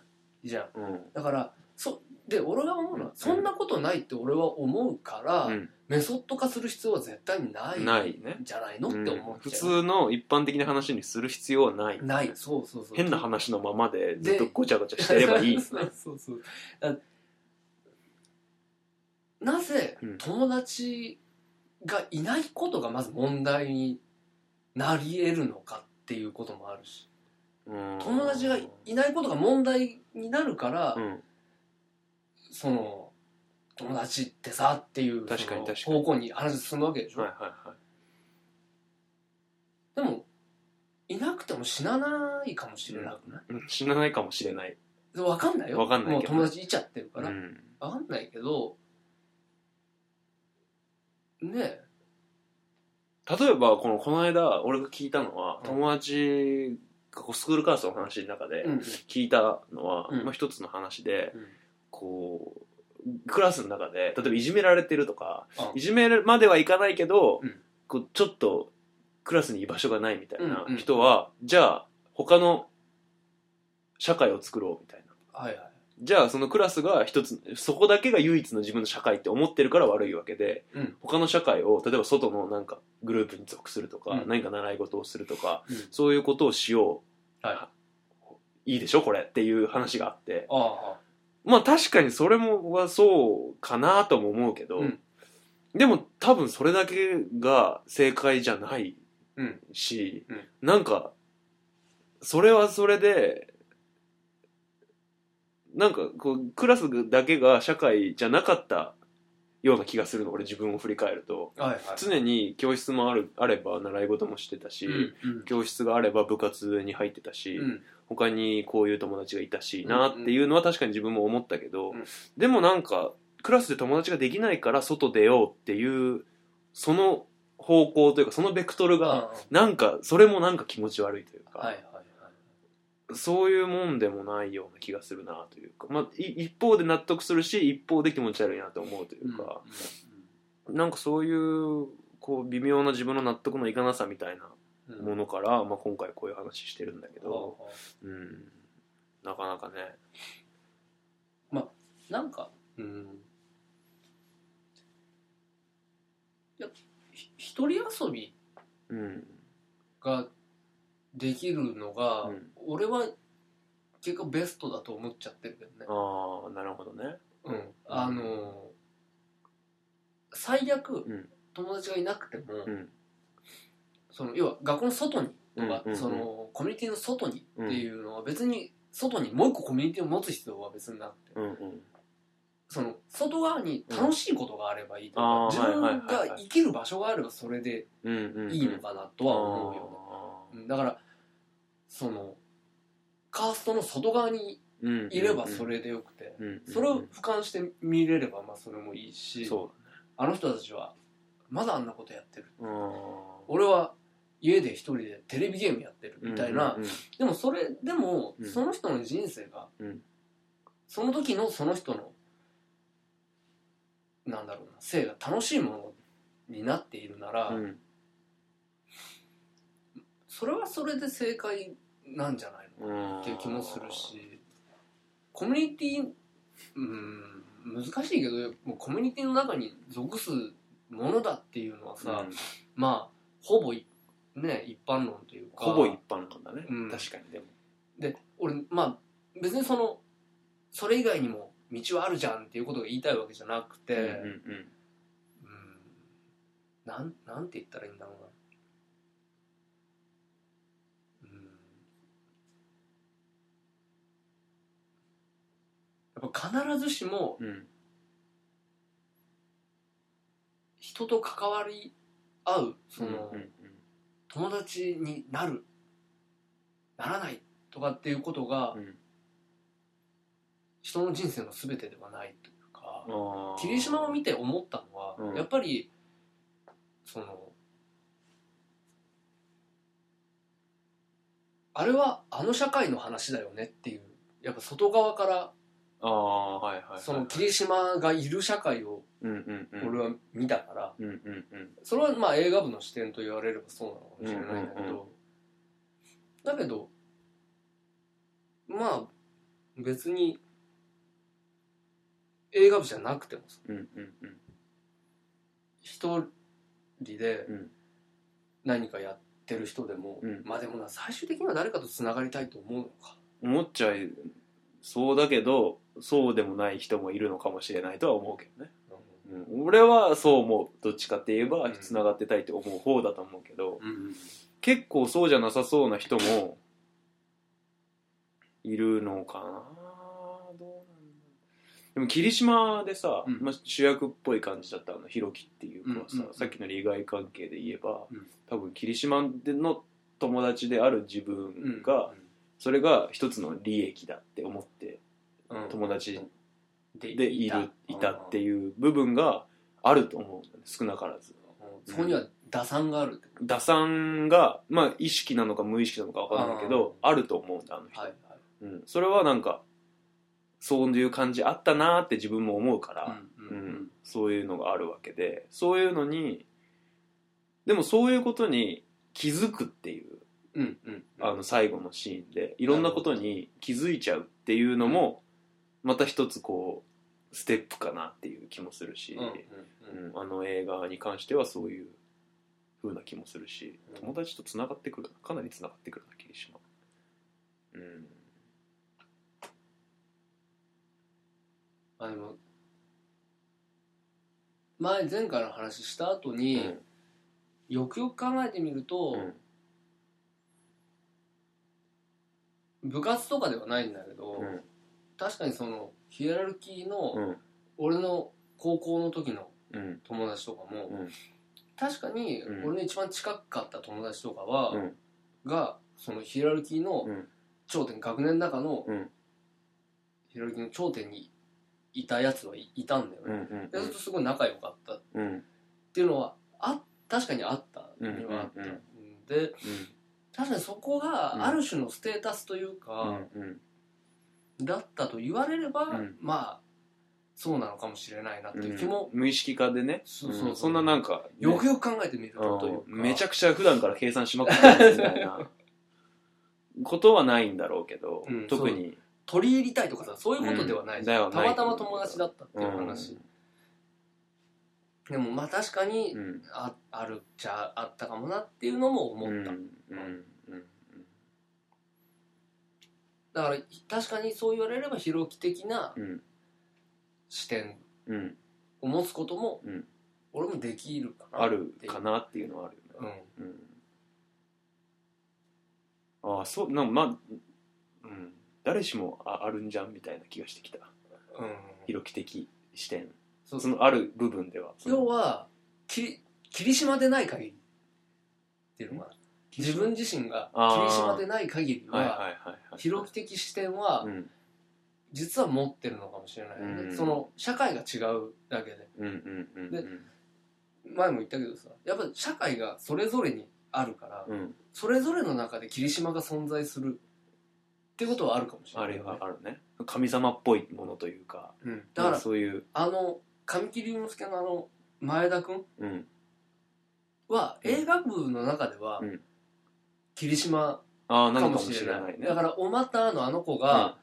じゃんうんだからそで俺が思うのは、うんそんなことないって俺は思うから、うんメソッド化する必要は絶対にないないねんじゃないのっうんて思っ普ちゃう、通の一般的な話にする必要はないないそうそうそう変な話話のままでずでっとごちゃごちゃしてれば いいそうそうそうだなぜうん友達がいないことがまず問題になり得るのかっていうこともあるし友友達がいないことが問題になるから、うんその友達ってさっていう確かにその確かに方向に話進むわけでしょ、はいはいはいでもいなくても死なないかもしれなくない、うん死なないかもしれない分かんないよわかんないもうけど友達いちゃってるから、うんわかんないけどねえ例えばこのこの間俺が聞いたのはうん友達がこうスクールカーストの話の中でうん聞いたのは、うんまあ、一つの話でうんこうクラスの中で例えばいじめられてるとかあいじめまではいかないけど、うんこうちょっとクラスに居場所がないみたいなうんうん人は、じゃあ他の社会を作ろうみたいなはいはいじゃあそのクラスが一つそこだけが唯一の自分の社会って思ってるから悪いわけで、うん他の社会を例えば外のなんかグループに属するとか、うん何か習い事をするとか、うんそういうことをしよう、、はいいでしょこれっていう話があってああまあ確かにそれもはそうかなとも思うけど、うんでも多分それだけが正解じゃないうんし、うんなんかそれはそれでなんかこうクラスだけが社会じゃなかったような気がするの俺自分を振り返るとはいはい常に教室もあるあれば習い事もしてたし、うんうん教室があれば部活に入ってたし、うん他にこういう友達がいたしうんなっていうのは確かに自分も思ったけど、うんでもなんかクラスで友達ができないから外出ようっていうその方向というかそのベクトルがあなんかそれもなんか気持ち悪いというあか、はいはいはいそういうもんでもないような気がするなというか、まあ、い一方で納得するし一方で気持ち悪いなと思うというか、なんかそういうこう微妙な自分の納得のいかなさみたいなうんうんものから、まあ、今回こういう話してるんだけああど。うん、なかなかね。なんかうんいやひ一人遊びうん。ができるのが、うん俺は結果ベストだと思っちゃってるけどねああ、なるほどね。うん、あのー最悪、ん友達がいなくても、うんその要は学校の外にうんとか、うんうんそのコミュニティの外にっていうのは別に外にもう一個コミュニティを持つ必要は別になくうて、んうん。その外側に楽しいことがあればいいとか、うんあー自分はいはいはがいはい生きる場所があればそれでうんうん、うん。いいのかなとは思うよね、うんだからそのカーストの外側にあー。うんいればそ、れでよくて、うんうん、それを俯瞰して見れればまあそれもいいしそあの人たちはまだあんなことやってるう。う俺は家で一人でテレビゲームやってるん。みたいな、うんうんでもそれでもうんその人の人生が、うんその時のその人のなんだろうな生が楽しいものになっているなら、うん。それはそれで正解なんじゃないのうん。っていう気もする。しコミュニティうん難しいけどもうコミュニティの中に属すものだっていうのはさ、うんまあほぼいね一般論というかほぼ一般なんだね。うん確かに、でも。で俺まあ別にそのそれ以外にも道はあるじゃんっていうことが言いたいわけじゃなくて、うんうんなんなんて言ったらいいんだろうなうんやっぱ必ずしもうんうん。うん。人と関わり合うその、うんうん友達になるならないとかっていうことが、うん人の人生の全てではないというかうん、ああ。霧島を見て思ったのは、うんやっぱりそのあれはあの社会の話だよねっていうやっぱ外側からああ、はいはい、はい。その霧島がいる社会をうんうんうん。俺は見たから、うんうんうん。それはまあ映画部の視点と言われればそうなのかもしれないんだけど、うんうんだけどまあ別に映画部じゃなくてもさうんうんうん。一人でうん何かやってる人でも、うんまあでもな最終的には誰かとつながりたいと思うのか思っちゃいそうだけどそうでもない人もいるのかもしれないとは思うけどね、うん、俺はそう思うどっちかって言えばうんつながってたいって思う方だと思うけど、うん結構そうじゃなさそうな人もいるのかなどうなんだでも霧島でさ、うんまあ、主役っぽい感じだったあのひろきっていう子はさ、うんうんうんさっきの利害関係で言えば、うん多分霧島での友達である自うん分が、それが一つの利益だって思ってうん友達ででいるいたっていう部分があると思うんだよね少なからずうんそこには打算があるってこ打算がまあ意識なのか無意識なのか分かんないけどあると思うんだあのと人、はいはいうん、それはなんかそういう感じあったなーって自分も思うから、うんうんうんそういうのがあるわけでそういうのにでもそういうことに気づくっていううんうんあの最後のシーンでいろんなことに気づいちゃうっていうのもまた一つこうステップかなっていう気もするし、うんうんうんうんあの映画に関してはそういう風な気もするしうん友達とつながってくるなかなりつながってくるな霧島うんあでも前前回の話した後に、よくよく考えてみると、うん部活とかではないんだけど、うん確かにそのヒエラルキーの、うん俺の高校の時のうん友達とかも、うん確かにうん俺の一番近かった友達とかは、うんがそのヒエラルキーのうん頂点、学年の中の、うんヒエラルキーの頂点にいたやつはいいたんだようね、んうんでずっとすごい仲良かったっうんうんていうのはあ確かにあったうんにはあった、うんで確かにそこうんがある種のステータスというか、うんだったと言われれば、うんまあそうなのかもしれないなっていう気も、無意識化でねそうそうそうんんななんかよくよく考えてみるとというかめちゃくちゃ普段から計算しまくってるみたいなことはないんだろうけど、うん特に取り入りたいとかさそういうことではない,、うんではたないまたま友達だったっていう話、でもまあ確かに、うんああるっちゃあったかもなっていうのも思った、うんうんうんだから確かにそう言われれば広き的なうん視点うんうんを持つことも、うん俺もできるかなあるかなっていうのはあるようね、んうん、ああそうなんかまあ、うん、誰しもああるんじゃんみたいな気がしてきたうん広き的視点そうそのある部分ではその要はき霧島でない限りっていうのかな自分自身があー霧島でない限りはいはいははいはい広き的視点はうん実は持ってるのかもしれないよね、うんその社会が違うだけでうんうんうんで前も言ったけどさやっぱ社会がそれぞれにあるから、うんうんそれぞれの中で霧島が存在するってことはあるかもしれあないれよね、はあるね神様っぽいものというかうんだからそういうあの神木隆之介のあの前田君うんはうん映画部の中では、うん霧島ああなかのもかもししれれないないねだからおまたのあの子が、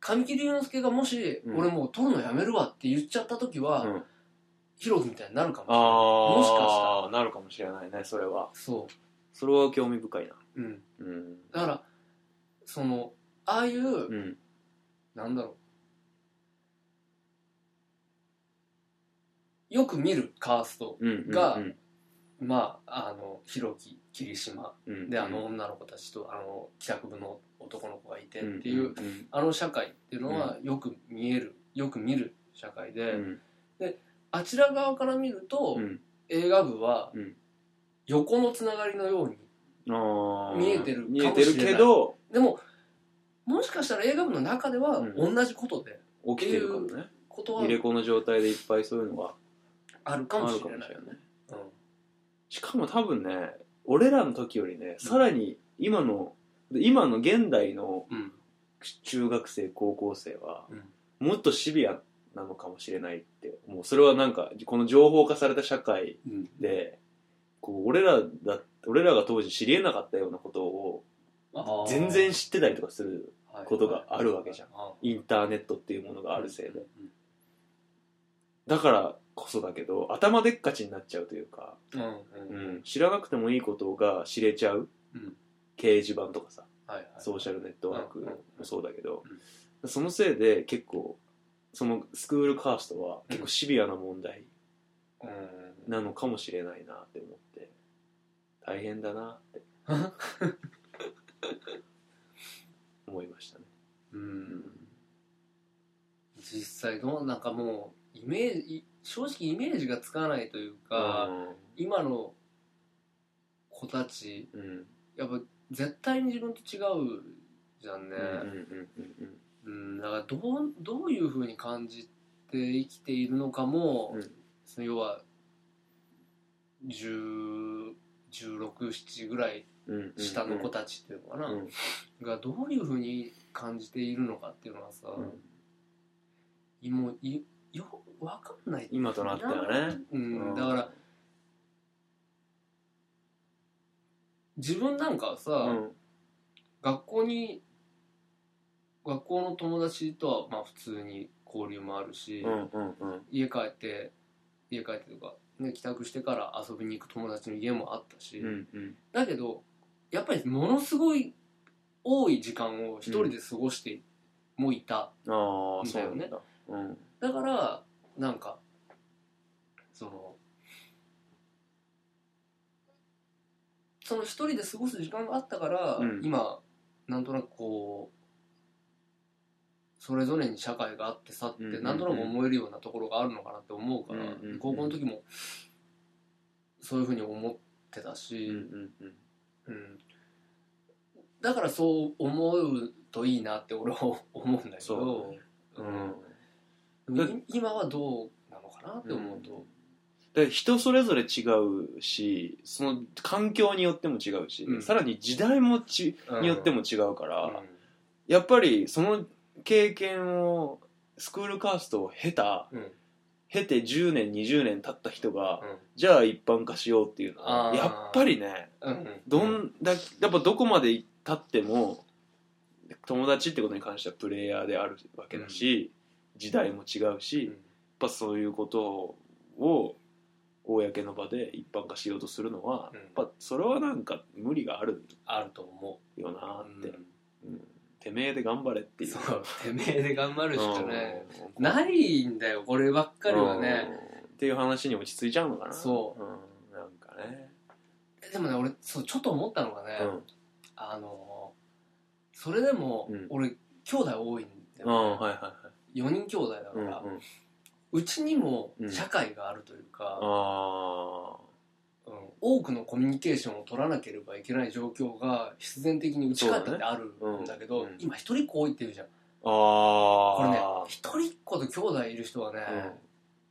神木隆之介がもし、うん俺もう撮るのやめるわって言っちゃった時は、うんヒロキみたいになるかもしれないああもしかしたらなるかもしれないねそれはそそれは興味深いなううんうんだからそのああいう、うんなんだろうよく見るカーストうんがうんまああのヒロキ霧島うんであの女の子たちとあの帰宅部の男の子がいてっていう、んんあの社会っていうのはよく見えるよく見る社会で、うんあちら側から見ると、うん映画部はうん横のつながりのようにあー見えてるかも見しれなえいてるけどでももしかしたら映画部の中ではうん同じことで、起きてるかもねことは入れ子の状態でいっぱいそういうのがあるあかるかももししれれなないい。うんしかも多分ね俺らの時よりねさらに今の今の現代のうん中学生高校生はうんもっとシビアなのかもしれないってもうそれはなんかこの情報化された社会うんでこう俺らだ俺らが当時知りえなかったようなことを全然知ってたりとかすることがあるわけじゃん。インターネットっていうものがあるせいでうんだからこそだけど頭でっかちになっちゃうというか、うんうんうん、知らなくてもいいことが知れちゃう、うん掲示板とかさはいはいソーシャルネットワークもそうだけどうん、そのせいで結構そのスクールカーストは結構シビアな問題うんなのかもしれないなって思って大変だなって思いましたね。うん実際どうなんかもうイメージい正直イメージがつかないというか、今の子たちうんうんやっぱ絶対に自分と違うじゃんね、うんうんうんうん、だからどうどういうふうに感じて生きているのかも、うんその要は1617ぐらいうんうん下の子たちっていうのかな、うんがどういうふうに感じているのかっていうのはさ、うんいもういよくわかんない、今となってはね。うん、だから自分なんかはさ、うん学校に学校の友達とはまあ普通に交流もあるし、うんうんうん家帰って家帰ってとか、ね、帰宅してから遊びに行く友達の家もあったし、うんうんだけどやっぱりものすごい多い時間を一人で過ごしてもいた、ああみそうなたいなんねだ。うんだからなんかそのその一人で過ごす時間があったから、うん今なんとなくこうそれぞれに社会があってさって、うんうんうんなんとなく思えるようなところがあるのかなって思うから、うんうんうん高校の時もそういうふうに思ってたうんうし、んうんうんだからそう思うといいなって俺は思うんだけそうどね。うんでもい今はどうなのかなって思うと、で人それぞれ違うしその環境によっても違うし、うんさらに時代もちうんによっても違うから、うんやっぱりその経験をスクールカーストを経たうん経て10年20年経った人が、うんじゃあ一般化しようっていうのあはーやっぱりねうんどんだやっぱどこまで経っても友達ってことに関してはプレイヤーであるわけだし、時代も違うし、やっぱそういうことを公の場で一般化しようとするのは、うんやっぱそれはなんか無理があるあると思ようなって、うんうんてめえで頑張れっていうそうてめえで頑張るしかないうんないんだよこればっかりはねうんっていう話に落ち着いちゃうのかな、そうん、なんかね、えでもね俺そうちょっと思ったのがね、うあのーそれでもうん俺、兄弟多いんだん、うんよ、はいはいはい4人兄弟だかうんうんら、うちにもうん社会があるというか、あうん多くのコミュニケーションを取らなければいけない状況が必然的にうち帰ったってあるんだけそどうだねうん今一人っ子多いって言うじゃんーあこれねー一人っ子と兄弟いる人はね、うん、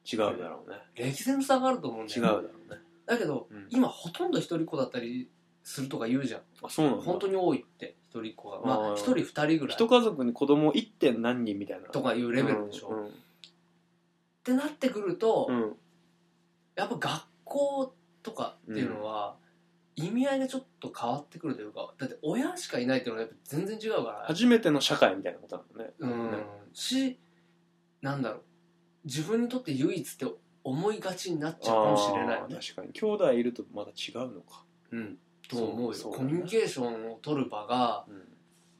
違うだろうね歴然の差があると思うんだ違うよだろうね、だけどうん、今ほとんど一人っ子だったりするとか言うじゃんあそうなんだ本当に多いって一人っ子がまあーあ一人二人ぐらい一家族に子供一点何人みたいなとかいうレベルでしょ、うっんてなってくると、うんうんやっぱ学校とかっていうのは、意味合いがちょっと変わってくるというかだって親しかいないっていうのはやっぱ全然違うから初めての社会みたいなことなのねうんしなんだろう自分にとって唯一って思いがちになっちゃうかもしれないよねあー確かに兄弟いるとまた違うのかうん、と思うよそうそうだコねミュニケーションを取る場がうん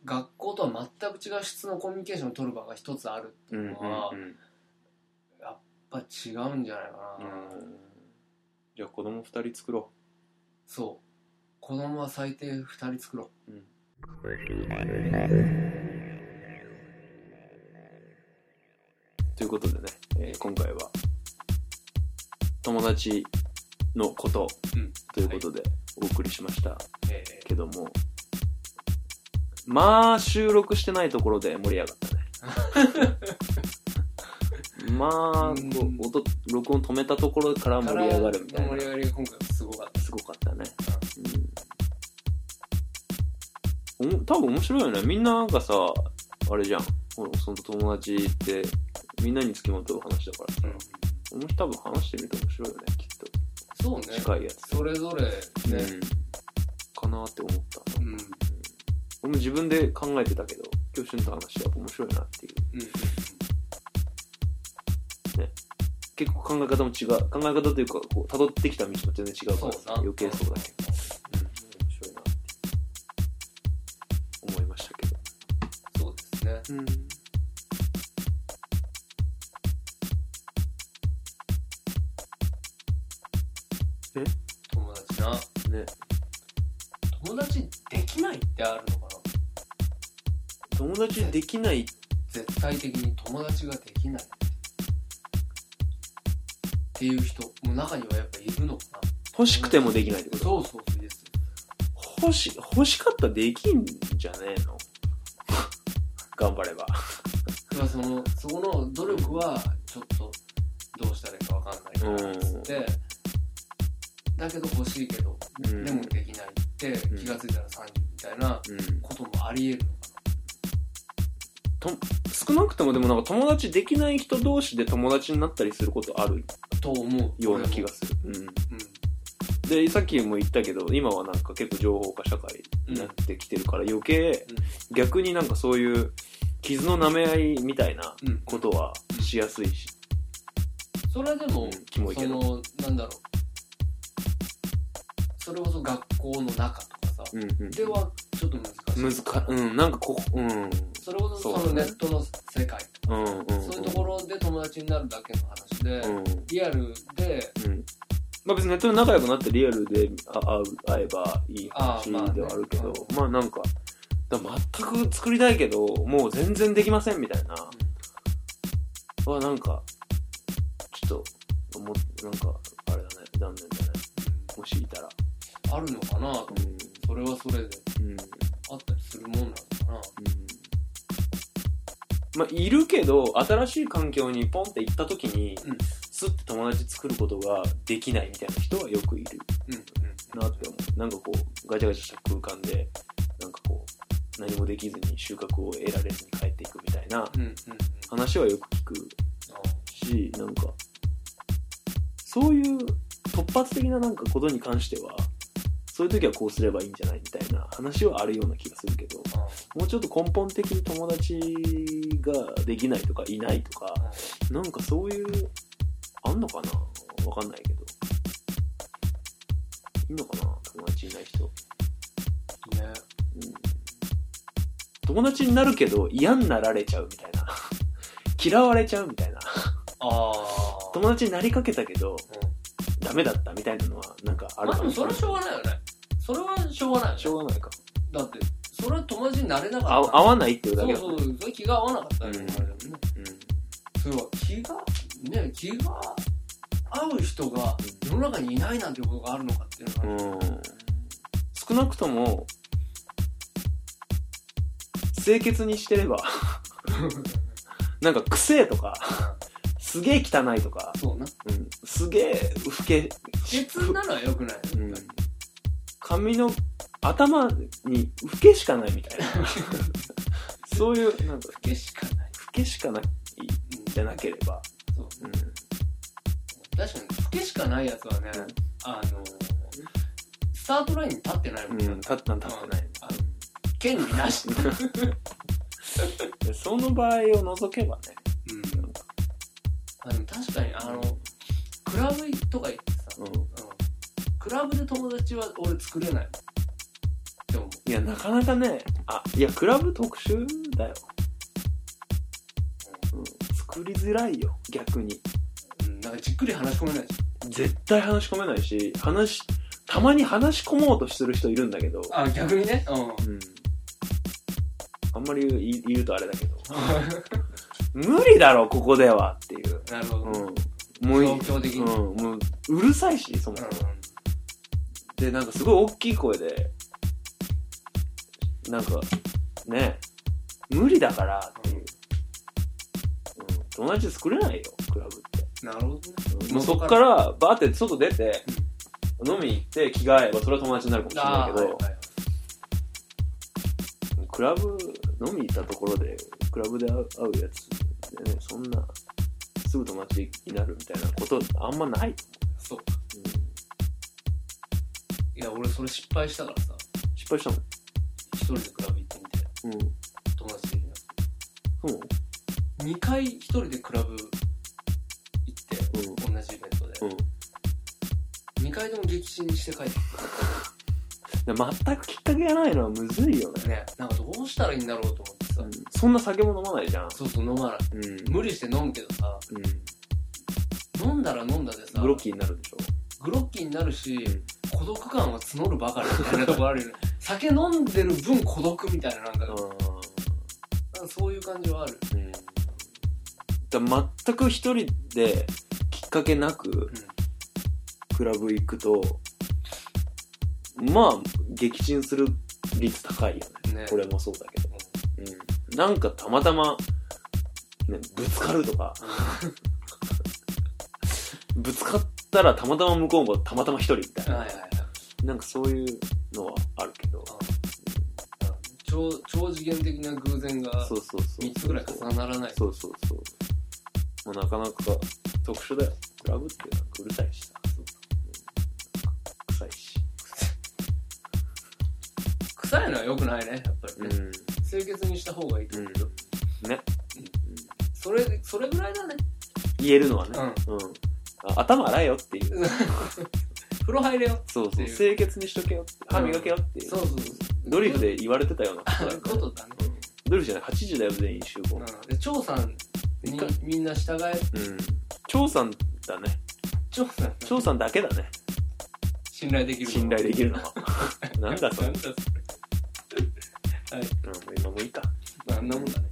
学校とは全く違う質のコミュニケーションを取る場が一つあるっていうのは、うんやっぱ違うんじゃないかな、じゃあ子供二人作ろそう子供は最低2人作ろう、うんうということでね、えー今回は友達のことうんということでお送りしましたえけども、まあ収録してないところで盛り上が ったねまあ、うんこう音録音止めたところからー盛り上がるみたい盛りな上がりが今回すごかっすごかったね、うんおも多分面白いよねみんながさあれじゃんほらその友達ってみんなにつきまとう話だからさた、、この日多分話してみて面白いよねきっそうとね近いやつ、それぞれねうんかなって思ったうん、うん俺も自分で考えてたけど今日俊と話は面白いなっていううん結構考え方も違う考え方というかこう辿ってきた道も全然違うからそうさな余計そうだけど、うん、面白いなって思いましたけどそうですね。うん友達な。ね友達できないってあるのかな友達できない絶対的に友達ができないっていう人も中にはやっぱいるのかな欲しくてもできないってことそうそうそうです欲し欲しかったらできんじゃねえの 頑張ればだからそのそこの努力はちょっとどうしたらいいかわかんないからっつって、だけど欲しいけど、うんでもできないってん気がついたら30みたいなうんこともありえるのか少なくともでもなんか友達できない人同士で友達になったりすることあるなと思うような気がする、うんうん、でさっきも言ったけど今はなんか結構情報化社会になってきてるから余計うん逆になんかそういう傷の舐め合いみたいなうんことはしやすいし、それはでも、うんキモいそけどのなんだろうそれこそ学校の中とかさ、うんうんではちょっと難し難いかうんなんかこううんうんそれこそそそうのネだねットの世界とうんうかんそういうところで友達になるだけの話で、うんリアルでうんまあ別にネットで仲良くなってリアルであ会う会えばいい話あーまあねではあるけど、うまあなんか、だから全く作りたいけど、もう全然できませんみたいな、はなんか、ちょっと、もなんか、あれだね、残念だね。もしいたら。あるのかなとうそれはそれでん。うん。あったりするもんなのかなまあ、いるけど、新しい環境にポンって行った時に、うんすって友達作ることができないみたいな人はよくいる。うんなって思うなんかこうガチャガチャした空間でなんかこう何もできずに収穫を得られずに帰っていくみたいなうんうんうんうん話はよく聞くあしなんかそういう突発的ななんかことに関してはそういう時はこうすればいいんじゃないみたいな話はあるような気がするけどあもうちょっと根本的に友達ができないとかいないとかあなんかそういう、あんのかなわかんないけど。いいのかな友達いない人。あねうん。友達になるけど嫌になられちゃうみたいな。 嫌われちゃうみたいな。ああ友達になりかけたけど、うんダメだったみたいなのは、なんかあるまかあでももそれはしょうがないよねそれはしょうがないよねしょうがないか。だってそれは友達になれなあかった合わないっていうだそけうだそうそれ気が合わなかったらうんねあれだもんねそれは気がね気が合う人が世の中にいないなんてことがあるのかっていううのんは、うん。少なくとも、清潔にしてれば、 なんか癖とか、すげえ汚いとか、 そうなうん、すげえ老け、鉄なのは良くない、うねん、髪の頭に老けしかないみたい な。そういう、なんか、老けしかない、けしかないじゃなければ、そううん、確かに老けしかないやつはね、うんあのスタートラインに立ってないもんね、うん、立ったん立ってない。あの権利 なし、でその場合を除けばね、うん、あの確かにあのクラブとか行ってさ、うん。うん、クラブで友達は俺作れないって思ういや、なかなかね、あ、いや、クラブ特集だよ。うん、作りづらいよ、逆に。うん、なんかじっくり話し込めないし。絶対話し込めないし、話し、たまに話し込もうとする人いるんだけど、あ、逆にね。うん。う ん。あんまり言う言う言うとあれだけど、無理だろ、ここではっていう。なるほど。うん。もういい。状況的にうん、もう、うるさいし、そもそも。で、なんかすごい大きい声で、なんか、ね、無理だからっていう。うん。友達作れないよ、クラブって。なるほどね。もうそっから、バーって外出て、飲みに行って着替えば、それは友達になるかもしれあなあ、いけはいどは、い。クラブ、飲み行ったところで、クラブで会う会うやつ、ね、そんな、すぐ友達になるみたいなこと、あんまない。そうか。いや、俺それ失敗したからさ、うん、失敗したも一人でクラブ行ってみて、ん。うん。友達できなくて。そう2回一人でクラブ行って、うん。回でも激震にして帰ってで全くきっかけがないのはむずいよね、ねなんかどうしたらいいんだろうと思ってさ、うんそんな酒も飲まないじゃんそうそう飲まないうん、無理して飲むけどさうん、飲んだら飲んだでさグロッキーになるでしょグロッキーになるし、孤独感は募るばかりみたいなとこあるよ ね酒飲んでる分孤独みたいななんか,、なんかそういう感じはあるうんだ全く一人できっかけなくクラブ行くとまあ撃沈する率高いよねねこれもそうだけど、うん、なんかたまたま、ね、ぶつかると かぶつかったらたまたま向こうもたまたま一人みたいはいはないはいなんかそういうのはあるけど超超次元的な偶然がそうそうそう3つぐらい重ならないそうそうそう。まあ、なかなか特殊だよ。クラブっていうのはうるさいしさ。臭いし。臭いのは良くないねやっぱりね、ん。清潔にした方がいいと思う、うん。ね。それそれぐらいだね言えるのはね。ううん。あ頭洗えよっていう。 風呂入れよそうてそう。いう清潔にしとけよって。歯磨けよっていう。そうそうドリフで言われてたようなことそうだいうかこら。とだね、ドリフじゃない、8時だよ全員集合。うん、で張さんに一回みんな従えうん。張さんだね。張さん張さんだけだね。信頼できる信頼できるの は。なんだそれ。うなんんだそれもう今もういいか。まああんなもんだね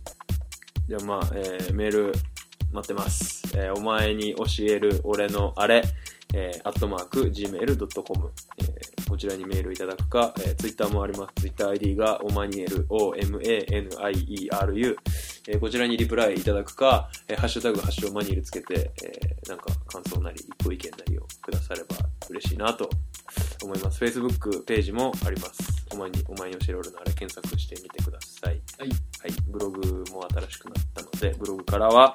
じゃあまあ、えーメール待ってます。えーお前に教える俺のあれ、えー、アットマーク、gmail.com、えーこちらにメールいただくか、えー、ツイッターもあります。ツイッター ID が、おまにえる、o-m-a-n-i-e-r-u、えーこちらにリプライいただくか、えーハッシュタグ、ハッシュをマニエルつけて、えーなんか感想なり、ご意見なりをくだされば嬉しいなと思います。Facebook ページもあります。お前に、お前に教える俺のあれ検索してみてください。はいはい、ブログも新しくなったので、ブログからは、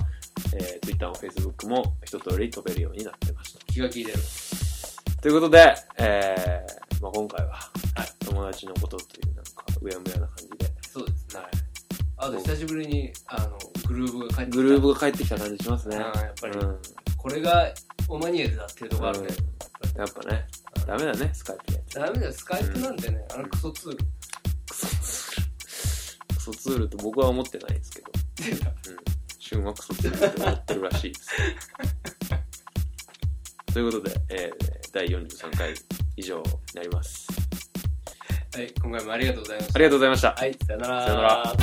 えー、Twitter も Facebook も一通り飛べるようになってまし気が利いてるた。ということで、えーまあ、今回は、友達のことというなんか、うやむやな感じで、そうですねはい、あと久しぶりにあのグルーブが帰ってきたグルーブが帰ってきた感じしますね。うんやっぱりうん、これがオマニエルだっていうところあるね、やっぱね、ダメだね、スカイプのやつ。ダメだよスカイプなんてね、あのクソツールクソツール。クソツールと僕は思ってないですけど、うん。旬はクソツールと思ってるらしいです。ということで、えー、第43回以上になります。はい今回もありがとうございましたありがとうございました。はいさよならさよなら。